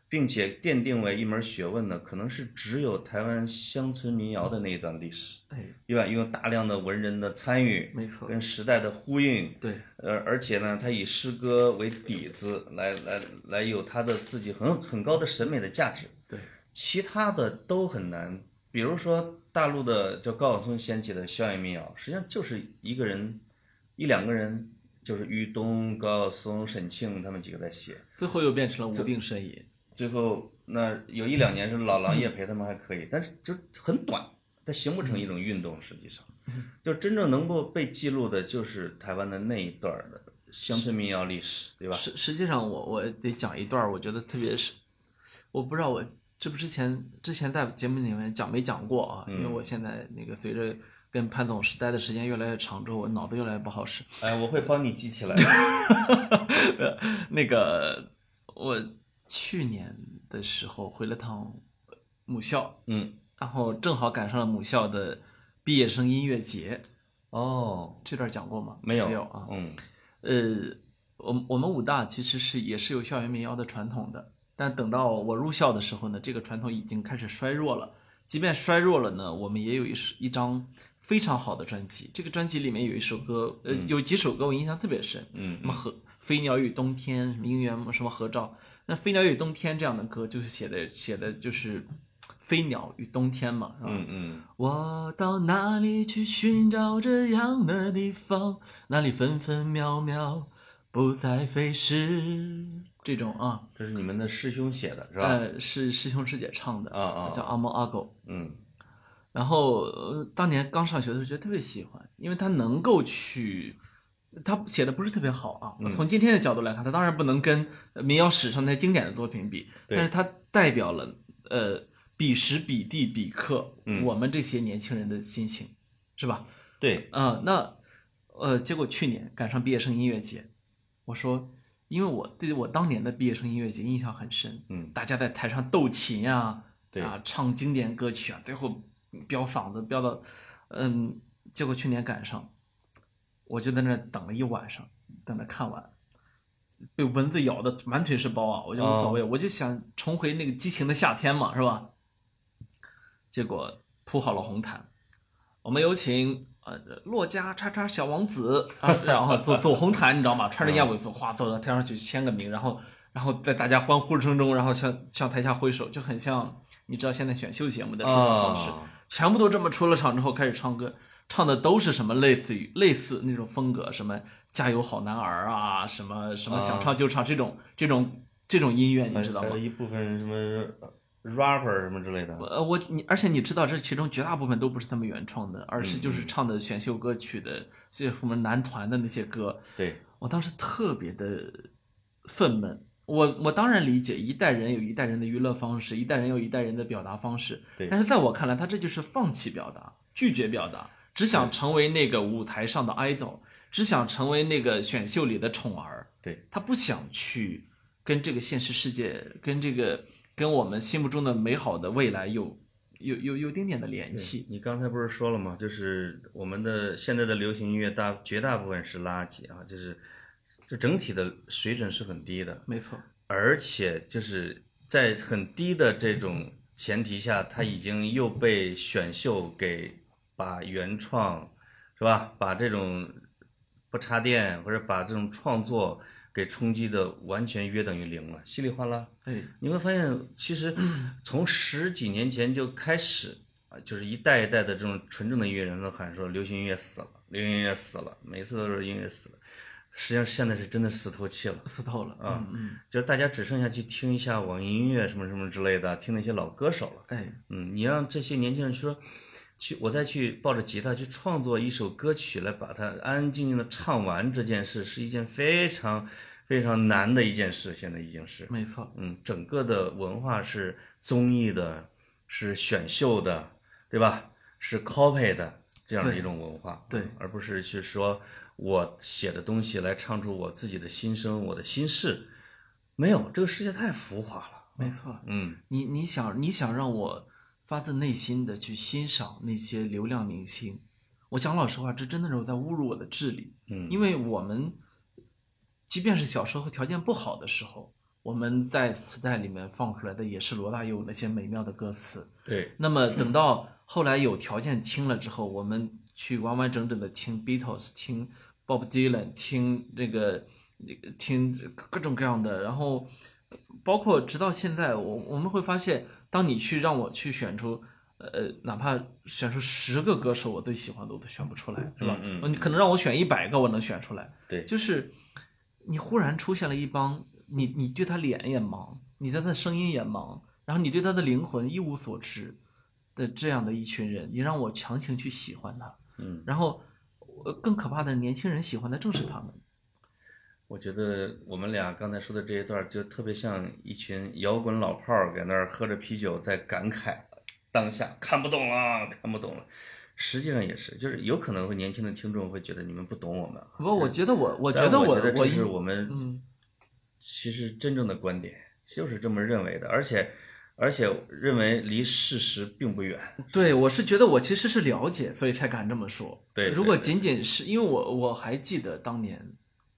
Speaker 2: 并且奠定为一门学问的，可能是只有台湾乡村民谣的那一段历史，
Speaker 1: 哎，
Speaker 2: 对吧？因为有大量的文人的参与，
Speaker 1: 没错，
Speaker 2: 跟时代的呼应，
Speaker 1: 对，
Speaker 2: 呃，而且呢，他以诗歌为底子来来来有他的自己很很高的审美的价值，
Speaker 1: 对，
Speaker 2: 其他的都很难。比如说大陆的叫高晓松掀起的校园民谣，实际上就是一个人一两个人，就是于东、高晓松、沈庆他们几个在写。
Speaker 1: 最后又变成了无病呻吟。
Speaker 2: 最后那有一两年是老狼也陪他们还可以，但是就很短，它形不成一种运动。实际上，
Speaker 1: 嗯
Speaker 2: 就真正能够被记录的就是台湾的那一段儿的乡村民谣历史，对吧？
Speaker 1: 实实际上我我得讲一段儿，我觉得特别是，我不知道我这不之前之前在节目里面讲没讲过啊，因为我现在那个随着跟潘总时待的时间越来越长之后，我脑子越来越不好使。
Speaker 2: 哎，我会帮你记起来。
Speaker 1: 那个我去年的时候回了趟母校，
Speaker 2: 嗯，
Speaker 1: 然后正好赶上了母校的毕业生音乐节，
Speaker 2: 哦，
Speaker 1: 这段讲过吗？
Speaker 2: 没有，
Speaker 1: 没有啊。
Speaker 2: 嗯，
Speaker 1: 呃，我们我们武大其实是也是有校园民谣的传统的，但等到我入校的时候呢，这个传统已经开始衰弱了。即便衰弱了呢，我们也有一首一张非常好的专辑，这个专辑里面有一首歌，呃，有几首歌我印象特别深，
Speaker 2: 嗯
Speaker 1: 什么和飞鸟与冬天，什么应援什么合照，那飞鸟与冬天这样的歌就是写的写的就是飞鸟与冬天嘛，是吧？
Speaker 2: 嗯嗯，
Speaker 1: 我到哪里去寻找这样的地方？哪里分分秒秒不再飞逝？这种啊，
Speaker 2: 这是你
Speaker 1: 嗯
Speaker 2: 们的师兄写的是吧？
Speaker 1: 呃，是师兄师姐唱的
Speaker 2: 啊啊
Speaker 1: 叫阿猫阿狗。
Speaker 2: 嗯
Speaker 1: 然后呃当年刚上学的时候觉得特别喜欢，因为他能够去，他写的不是特别好啊。
Speaker 2: 嗯
Speaker 1: 从今天的角度来看，他当然不能跟呃民谣史上那些经典的作品比，
Speaker 2: 对
Speaker 1: 但是他代表了呃彼时彼地彼刻、
Speaker 2: 嗯
Speaker 1: 我们这些年轻人的心情，是吧？
Speaker 2: 对，
Speaker 1: 啊、那呃，结果去年赶上毕业生音乐节，我说，因为我对我当年的毕业生音乐节印象很深，
Speaker 2: 嗯，
Speaker 1: 大家在台上斗琴啊，
Speaker 2: 对
Speaker 1: 啊，唱经典歌曲啊，最后飙嗓子飙到，嗯，结果去年赶上，我就在那儿等了一晚上，等着看完。被蚊子咬的满腿是包啊！我就无所谓，我就想重回那个激情的夏天嘛，是吧？结果铺好了红毯，我们有请呃洛家叉叉小王子啊，然后走走红毯，你知道吗？穿着燕尾服，哗走到台上去签个名，然后然后在大家欢呼声中，然后向向台下挥手，就很像你知道现在选秀节目的出场方式，
Speaker 2: 啊，
Speaker 1: 全部都这么出了场之后开始唱歌，唱的都是什么类似于类似那种风格，什么加油好男儿啊，什么什么想唱就唱这种这种这种音乐，你知道
Speaker 2: 还
Speaker 1: 吗
Speaker 2: 有？一部分什么 rapper 什么之类的，
Speaker 1: 呃，我你，而且你知道，这其中绝大部分都不是他们原创的，而是就是唱的选秀歌曲的，这什么男团的那些歌。
Speaker 2: 对，
Speaker 1: 我当时特别的愤懑。我我当然理解，一代人有一代人的娱乐方式，一代人有一代人的表达方式。
Speaker 2: 对
Speaker 1: 但是在我看来，他这就是放弃表达，拒绝表达，只想成为那个舞台上的 idol，只想成为那个选秀里的宠儿。
Speaker 2: 对，
Speaker 1: 他不想去跟这个现实世界，跟这个跟我们心目中的美好的未来有有有有丁点的联系。
Speaker 2: 你刚才不是说了吗？就是我们的现在的流行音乐大绝大部分是垃圾啊，就是这整体的水准是很低的，
Speaker 1: 没错，
Speaker 2: 而且就是在很低的这种前提下，它已经又被选秀给把原创是吧？把这种不插电或者把这种创作给冲击的完全约等于零了，稀里哗啦。
Speaker 1: 哎，
Speaker 2: 你会发现，其实从十几年前就开始啊，就是一代一代的这种纯正的音乐人都喊说流行音乐死了，流行音乐死了，每次都是音乐死了。实际上现在是真的死透气了，
Speaker 1: 死透了。
Speaker 2: 啊
Speaker 1: 嗯
Speaker 2: 就是大家只剩下去听一下网易音乐什么什么之类的，听那些老歌手了
Speaker 1: 嗯，。哎，
Speaker 2: 嗯，你让这些年轻人说，去我再去抱着吉他去创作一首歌曲来把它安安静静的唱完这件事，是一件非常非常难的一件事，现在已经是。
Speaker 1: 没错，
Speaker 2: 嗯，整个的文化是综艺的，是选秀的，对吧？是 copy 的这样的
Speaker 1: 对
Speaker 2: 一种文化，
Speaker 1: 对
Speaker 2: 而不是去说我写的东西来唱出我自己的心声、我的心事。没有，这个世界太浮华了。
Speaker 1: 没错。
Speaker 2: 嗯，
Speaker 1: 你你想你想让我发自内心的去欣赏那些流量明星，我讲老实话，这真的是我在侮辱我的智力。
Speaker 2: 嗯
Speaker 1: 因为我们即便是小时候条件不好的时候，我们在磁带里面放出来的也是罗大佑那些美妙的歌词。
Speaker 2: 对，
Speaker 1: 那么
Speaker 2: 嗯
Speaker 1: 等到后来有条件听了之后，我们去完完整整的听 Beatles，听 Bob Dylan，听那个那个听各种各样的，然后包括直到现在，我我们会发现，当你去让我去选出。呃，哪怕选出十个歌手，我最喜欢的我都选不出来，是吧？
Speaker 2: 嗯嗯
Speaker 1: 你可能让我选一百个，我能选出来。
Speaker 2: 对
Speaker 1: 就是你忽然出现了一帮你，你对他脸也盲，你对他的声音也盲，然后你对他的灵魂一无所知的这样的一群人，你让我强行去喜欢他，
Speaker 2: 嗯，
Speaker 1: 然后呃更可怕的是，年轻人喜欢的正是他们。
Speaker 2: 我觉得我们俩刚才说的这一段儿就特别像一群摇滚老炮儿在那儿喝着啤酒，在感慨当下看不懂了，看不懂了。实际上也是，就是有可能会年轻的听众会觉得你们不懂我们，
Speaker 1: 不，我觉得我，我
Speaker 2: 我
Speaker 1: 觉得
Speaker 2: 我
Speaker 1: 我，
Speaker 2: 这是
Speaker 1: 一
Speaker 2: 我们
Speaker 1: 嗯，
Speaker 2: 其实真正的观点，就是这么认为的，而且而且认为离事实并不远。
Speaker 1: 对，我是觉得我其实是了解，所以才敢这么说。
Speaker 2: 对对
Speaker 1: 如果
Speaker 2: 对
Speaker 1: 仅仅是因为我我还记得当年，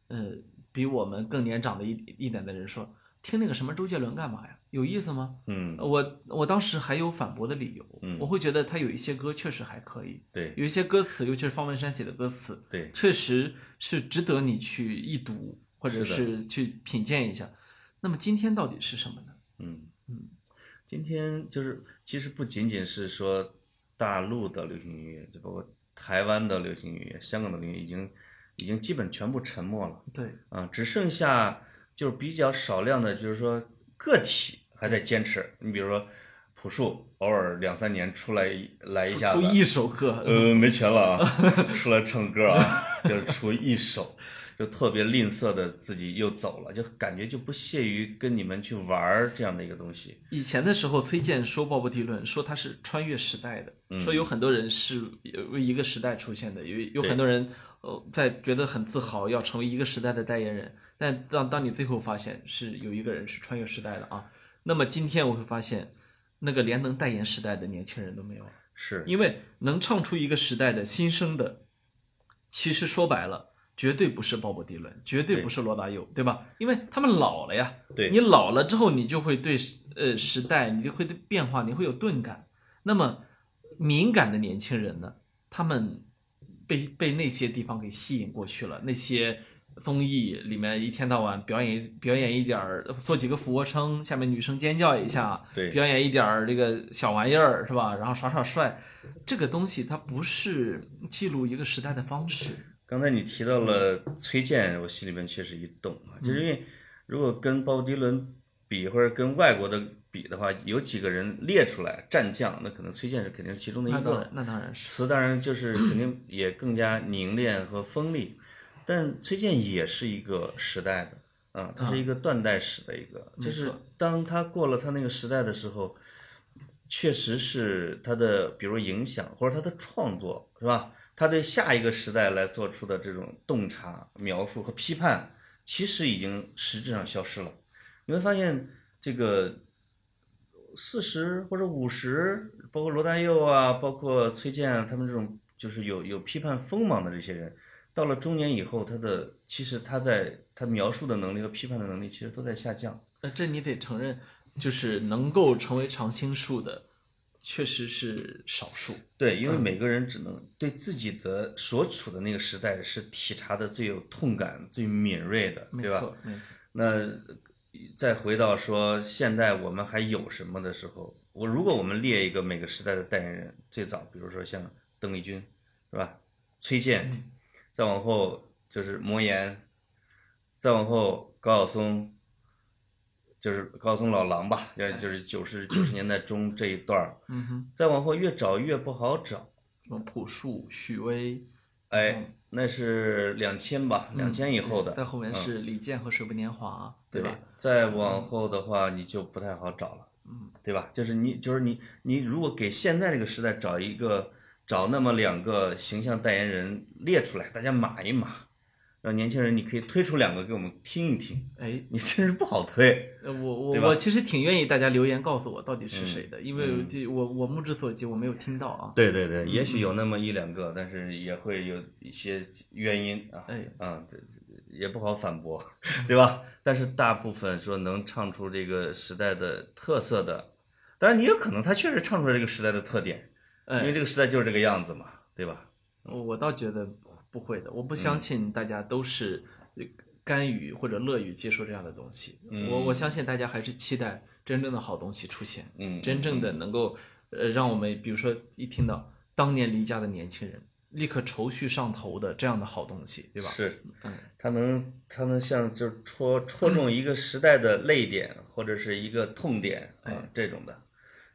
Speaker 1: 呃，比我们更年长的一一点的人说，听那个什么周杰伦干嘛呀？有意思吗？
Speaker 2: 嗯，
Speaker 1: 我我当时还有反驳的理由，
Speaker 2: 嗯
Speaker 1: 我会觉得他有一些歌确实还可以，
Speaker 2: 对
Speaker 1: 有一些歌词，尤其是方文山写的歌词，
Speaker 2: 对
Speaker 1: 确实是值得你去一读，或者
Speaker 2: 是
Speaker 1: 是去品鉴一下。那么今天到底是什么呢？
Speaker 2: 嗯
Speaker 1: 嗯，
Speaker 2: 今天就是其实不仅仅是说大陆的流行音乐，就包括台湾的流行音乐、香港的流行音乐已经已经基本全部沉没了
Speaker 1: 对，
Speaker 2: 啊，只剩下就是比较少量的，就是说个体还在坚持。你比如说。朴树偶尔两三年出来一来一下
Speaker 1: 出
Speaker 2: 子，
Speaker 1: 一首歌，
Speaker 2: 呃，没钱了啊， 出来唱歌啊，就是出一首，就特别吝啬的自己又走了，就感觉就不屑于跟你们去玩儿这样的一个东西。
Speaker 1: 以前的时候，崔健说鲍勃迪伦说他是穿越时代的，
Speaker 2: 嗯
Speaker 1: 说有很多人是呃为一个时代出现的，有有
Speaker 2: 对
Speaker 1: 很多人呃在觉得很自豪要成为一个时代的代言人，但当当你最后发现是有一个人是穿越时代的啊，那么今天我会发现，那个连能代言时代的年轻人都没有了，
Speaker 2: 是，
Speaker 1: 因为能唱出一个时代的新生的，其实说白了。绝对不是鲍勃迪伦，绝对
Speaker 2: 对
Speaker 1: 不是罗大佑，对吧？因为他们老了呀，
Speaker 2: 对，
Speaker 1: 你老了之后，你就会对时呃时代，你就会对变化，你会有钝感。那么敏感的年轻人呢，他们被被那些地方给吸引过去了，那些。综艺里面一天到晚表演表演一点儿，做几个俯卧撑，下面女生尖叫一下，
Speaker 2: 对，
Speaker 1: 表演一点儿这个小玩意儿是吧？然后耍耍帅，这个东西它不是记录一个时代的方式。
Speaker 2: 刚才你提到了崔健，我心里面确实一动啊，就是
Speaker 1: 嗯
Speaker 2: 因为如果跟鲍勃迪伦比，或者跟外国的比的话，有几个人列出来战将，那可能崔健是肯定是其中的
Speaker 1: 那
Speaker 2: 一
Speaker 1: 当
Speaker 2: 个
Speaker 1: 然，。那当然是。
Speaker 2: 词当然就是肯定也更加凝练和锋利，但崔健也是一个时代的啊，他是一个断代史的一个，
Speaker 1: 没
Speaker 2: 就是
Speaker 1: 错
Speaker 2: 当他过了他那个时代的时候，确实是他的比如影响或者他的创作是吧？他对下一个时代来做出的这种洞察、描述和批判，其实已经实质上消失了。你会发现这个四十或者五十，包括罗大佑啊，包括崔健啊，他们这种就是有有批判锋芒的这些人，到了中年以后，他的其实他在他描述的能力和批判的能力其实都在下降。
Speaker 1: 呃，这你得承认，就是能够成为常青树的，确实是少数。
Speaker 2: 对，
Speaker 1: 嗯
Speaker 2: 因为每个人只能对自己的所处的那个时代是体察的最有痛感、最敏锐的，
Speaker 1: 没
Speaker 2: 对吧？
Speaker 1: 错，没错。
Speaker 2: 那呃再回到说现在我们还有什么的时候，我如果我们列一个每个时代的代言人，最早比如说像邓丽君，是吧？崔健，
Speaker 1: 嗯
Speaker 2: 再往后就是魔岩，再往后高晓松，就是高晓松老狼吧，就
Speaker 1: 哎
Speaker 2: 就是九十九十年代中这一段儿，
Speaker 1: 嗯哼，
Speaker 2: 再往后越找越不好找，
Speaker 1: 什么朴树、许巍，
Speaker 2: 哎，那是两千吧，
Speaker 1: 嗯
Speaker 2: 两千以后的，
Speaker 1: 在后面
Speaker 2: 嗯
Speaker 1: 是李健和水木年华，对吧？？
Speaker 2: 再往后的话，你就不太好找了，
Speaker 1: 嗯，
Speaker 2: 对吧？就是你，就是你，你如果给现在这个时代找一个找那么两个形象代言人列出来，大家码一码，让年轻人你可以推出两个给我们听一听，
Speaker 1: 哎，
Speaker 2: 你真是不好推，
Speaker 1: 呃我我
Speaker 2: 对吧
Speaker 1: 我其实挺愿意大家留言告诉我到底是
Speaker 2: 嗯
Speaker 1: 谁的，因为这我我目之所及我没有听到啊。
Speaker 2: 对对对，也许有那么一两个，但是也会有一些原因啊，
Speaker 1: 哎，
Speaker 2: 啊，这这也不好反驳， 对吧？但是大部分说能唱出这个时代的特色的，当然也有可能他确实唱出了这个时代的特点，因为
Speaker 1: 哎，
Speaker 2: 这个时代就是这个样子嘛，对吧？
Speaker 1: 我哎我倒觉得不会的，我
Speaker 2: 嗯
Speaker 1: 不相信大家都是甘于或者乐于接受这样的东西。
Speaker 2: 嗯
Speaker 1: 我我相信大家还是期待真正的好东西出现。
Speaker 2: 嗯，
Speaker 1: 真正的能够呃让我们，比如说一听到当年离家的年轻人，立刻愁绪上头的这样的好东西，对吧？
Speaker 2: 是
Speaker 1: 嗯，
Speaker 2: 他能他能像就是戳戳中一个时代的泪点或者是一个痛点啊
Speaker 1: 哎
Speaker 2: 这种的，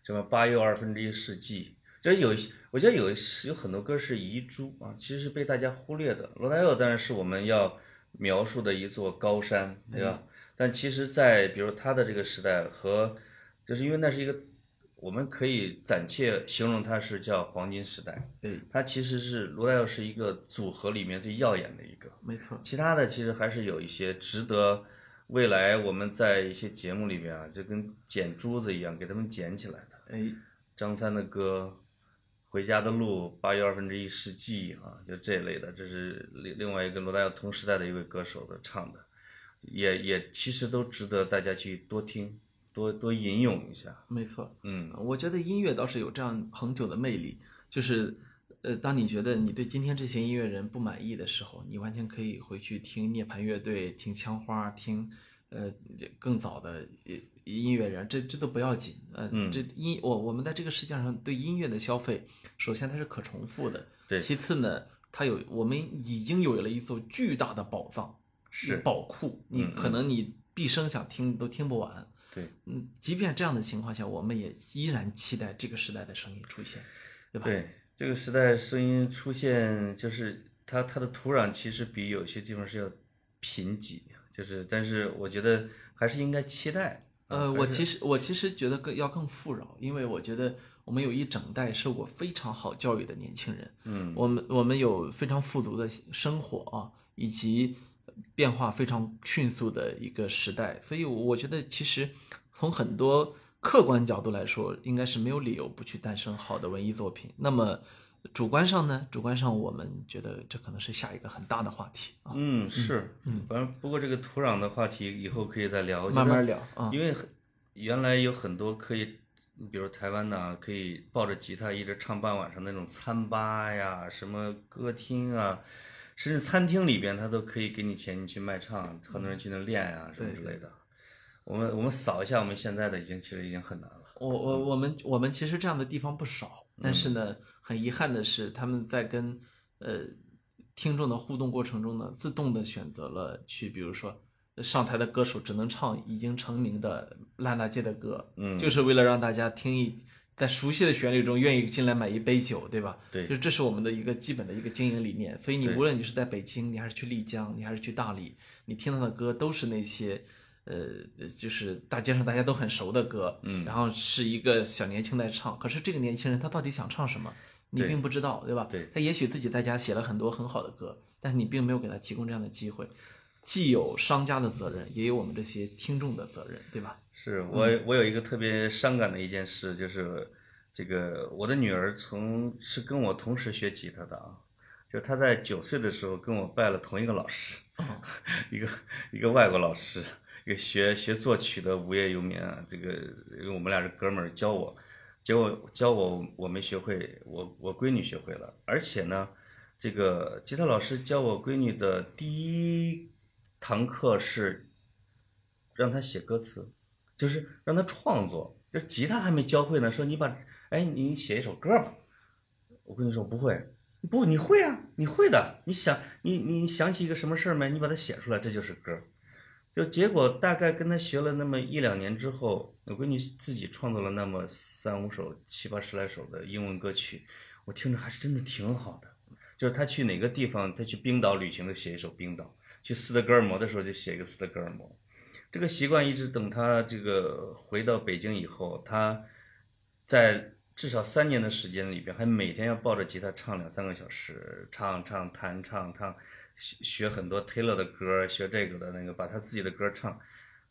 Speaker 2: 什么八又二分之一世纪，就是有一些我觉得有一些有很多歌是遗珠啊，其实是被大家忽略的。罗大佑当然是我们要描述的一座高山，对
Speaker 1: 嗯
Speaker 2: 吧？但其实，在比如他的这个时代和，就是因为那是一个，我们可以暂且形容它是叫黄金时代，
Speaker 1: 对，
Speaker 2: 它其实是罗大佑是一个组合里面最耀眼的一个。
Speaker 1: 没错，
Speaker 2: 其他的其实还是有一些值得未来我们在一些节目里面啊，就跟捡珠子一样给他们捡起来的。
Speaker 1: 哎，
Speaker 2: 张三的歌《回家的路》八月二分之一世纪啊，就这类的，这是另另外一个罗大佑同时代的一位歌手的唱的，也也其实都值得大家去多听、多多引用一下。
Speaker 1: 没错。
Speaker 2: 嗯，
Speaker 1: 我觉得音乐倒是有这样恒久的魅力，就是呃，当你觉得你对今天这些音乐人不满意的时候，你完全可以回去听涅槃乐队、听枪花、听呃这更早的呃音乐人，这这都不要紧。呃，
Speaker 2: 嗯
Speaker 1: 这音我我们在这个世界上对音乐的消费，首先它是可重复的，
Speaker 2: 对
Speaker 1: 其次呢，它有我们已经有了一座巨大的宝藏，
Speaker 2: 是
Speaker 1: 哦宝库，你
Speaker 2: 嗯
Speaker 1: 可能你毕生想听都听不完。
Speaker 2: 对
Speaker 1: 嗯，即便这样的情况下，我们也依然期待这个时代的声音出现，对吧？
Speaker 2: 对，这个时代声音出现，就是它它的土壤其实比有些地方是要贫瘠，就是但是我觉得还是应该期待。啊
Speaker 1: 呃，我其
Speaker 2: 实
Speaker 1: 实我其实觉得更要更富饶，因为我觉得我们有一整代受过非常好教育的年轻人，
Speaker 2: 嗯
Speaker 1: 我们我们有非常富足的生活啊，以及变化非常迅速的一个时代，所以我觉得其实从很多客观角度来说，应该是没有理由不去诞生好的文艺作品。那么主观上呢？主观上我们觉得这可能是下一个很大的话题啊，
Speaker 2: 嗯是，
Speaker 1: 嗯
Speaker 2: 反正不过这个土壤的话题以后可以再聊，我觉
Speaker 1: 慢
Speaker 2: 得
Speaker 1: 慢聊啊。
Speaker 2: 因为很原来有很多可以，比如台湾呐、可以抱着吉他一直唱半晚上那种餐吧呀，什么歌厅啊，甚至餐厅里边他都可以给你钱，你去卖唱，很多人去那练啊什么
Speaker 1: 嗯对
Speaker 2: 之类的。我们我们扫一下，我们现在的已经其实已经很难了。
Speaker 1: 我我我们我们其实这样的地方不少，但是呢，很遗憾的是，他们在跟呃听众的互动过程中呢，自动的选择了去，比如说呃上台的歌手只能唱已经成名的烂大街的歌，
Speaker 2: 嗯
Speaker 1: 就是为了让大家听一在熟悉的旋律中愿意进来买一杯酒，对吧？
Speaker 2: 对
Speaker 1: 就这是我们的一个基本的一个经营理念。所以你
Speaker 2: 对
Speaker 1: 无论你是在北京，你还是去丽江，你还是去大理，你听到的歌都是那些。呃，就是大街上大家都很熟的歌，
Speaker 2: 嗯
Speaker 1: 然后是一个小年轻在唱，可是这个年轻人他到底想唱什么，你
Speaker 2: 对
Speaker 1: 并不知道，对吧？
Speaker 2: 对
Speaker 1: 他也许自己在家写了很多很好的歌，但是你并没有给他提供这样的机会，既有商家的责任，也有我们这些听众的责任，对吧？
Speaker 2: 是我我有一个特别伤感的一件事，就是这个我的女儿从是跟我同时学吉他的啊，就她在九岁的时候跟我拜了同一个老师。
Speaker 1: 哦，
Speaker 2: 一个一个外国老师，一个学学作曲的无业游民啊，这个因为我们俩是哥们儿，教我，结果教我我没学会，我我闺女学会了，而且呢，这个吉他老师教我闺女的第一堂课是让她写歌词，就是让她创作，就吉他还没教会呢，说你把哎你写一首歌吧，我闺女说不会，不，你会啊，你会的。你想，你你想起一个什么事儿没？你把它写出来，这就是歌儿。就结果大概跟他学了那么一两年之后，我闺女自己创作了那么三五首、七八十来首的英文歌曲，我听着还是真的挺好的。就是她去哪个地方，她去冰岛旅行的写一首冰岛；去斯德哥尔摩的时候就写一个斯德哥尔摩。这个习惯一直等她这个回到北京以后，她在至少三年的时间里边，还每天要抱着吉他唱两三个小时，唱唱弹唱唱，学学很多 Taylor 的歌，学这个的那个，把他自己的歌唱，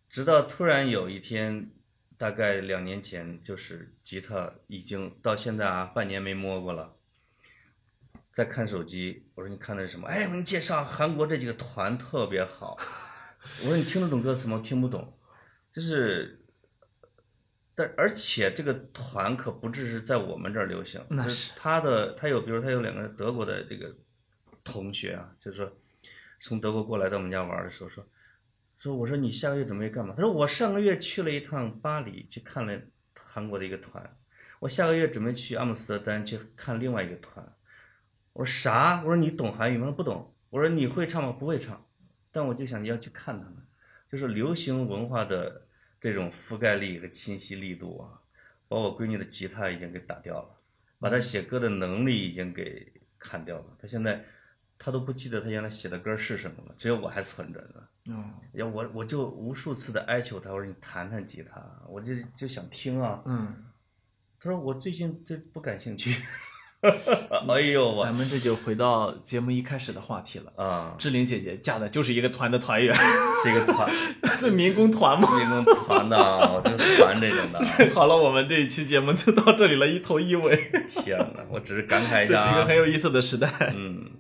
Speaker 2: 直到突然有一天，大概两年前，就是吉他已经到现在啊，半年没摸过了。在看手机，我说你看的是什么？哎，我给你介绍韩国这几个团特别好。我说你听得懂歌词吗？听不懂，就是但而且这个团可不只是在我们这儿流行，
Speaker 1: 那
Speaker 2: 就是他的他有，比如他有两个德国的这个同学啊，就是说从德国过来到我们家玩的时候说说我说你下个月准备干嘛？他说我上个月去了一趟巴黎，去看了韩国的一个团，我下个月准备去阿姆斯特丹去看另外一个团。我说啥？我说你懂韩语吗？他说不懂。我说你会唱吗？不会唱，但我就想要去看他们。就是流行文化的这种覆盖力和侵袭力度啊，把我闺女的吉他已经给打掉了，把她写歌的能力已经给砍掉了。她现在，她都不记得她原来写的歌是什么了，只有我还存着呢。
Speaker 1: 嗯
Speaker 2: 要我我就无数次的哀求她，我说你弹弹吉他，啊我就就想听啊。
Speaker 1: 嗯，
Speaker 2: 她说我最近对不感兴趣。 哎呦我
Speaker 1: 咱们这就回到节目一开始的话题了。
Speaker 2: 啊，
Speaker 1: 志玲姐姐嫁的就是一个团的团员，
Speaker 2: 这个团，
Speaker 1: 是民工团吗？
Speaker 2: 那种团的啊，我就烦这种的啊。
Speaker 1: 好了，我们这一期节目就到这里了，一头一尾，
Speaker 2: 天哪，我只是感慨
Speaker 1: 这
Speaker 2: 一
Speaker 1: 是
Speaker 2: 下
Speaker 1: 一个
Speaker 2: 啊
Speaker 1: 很。有意思的时代。
Speaker 2: 嗯，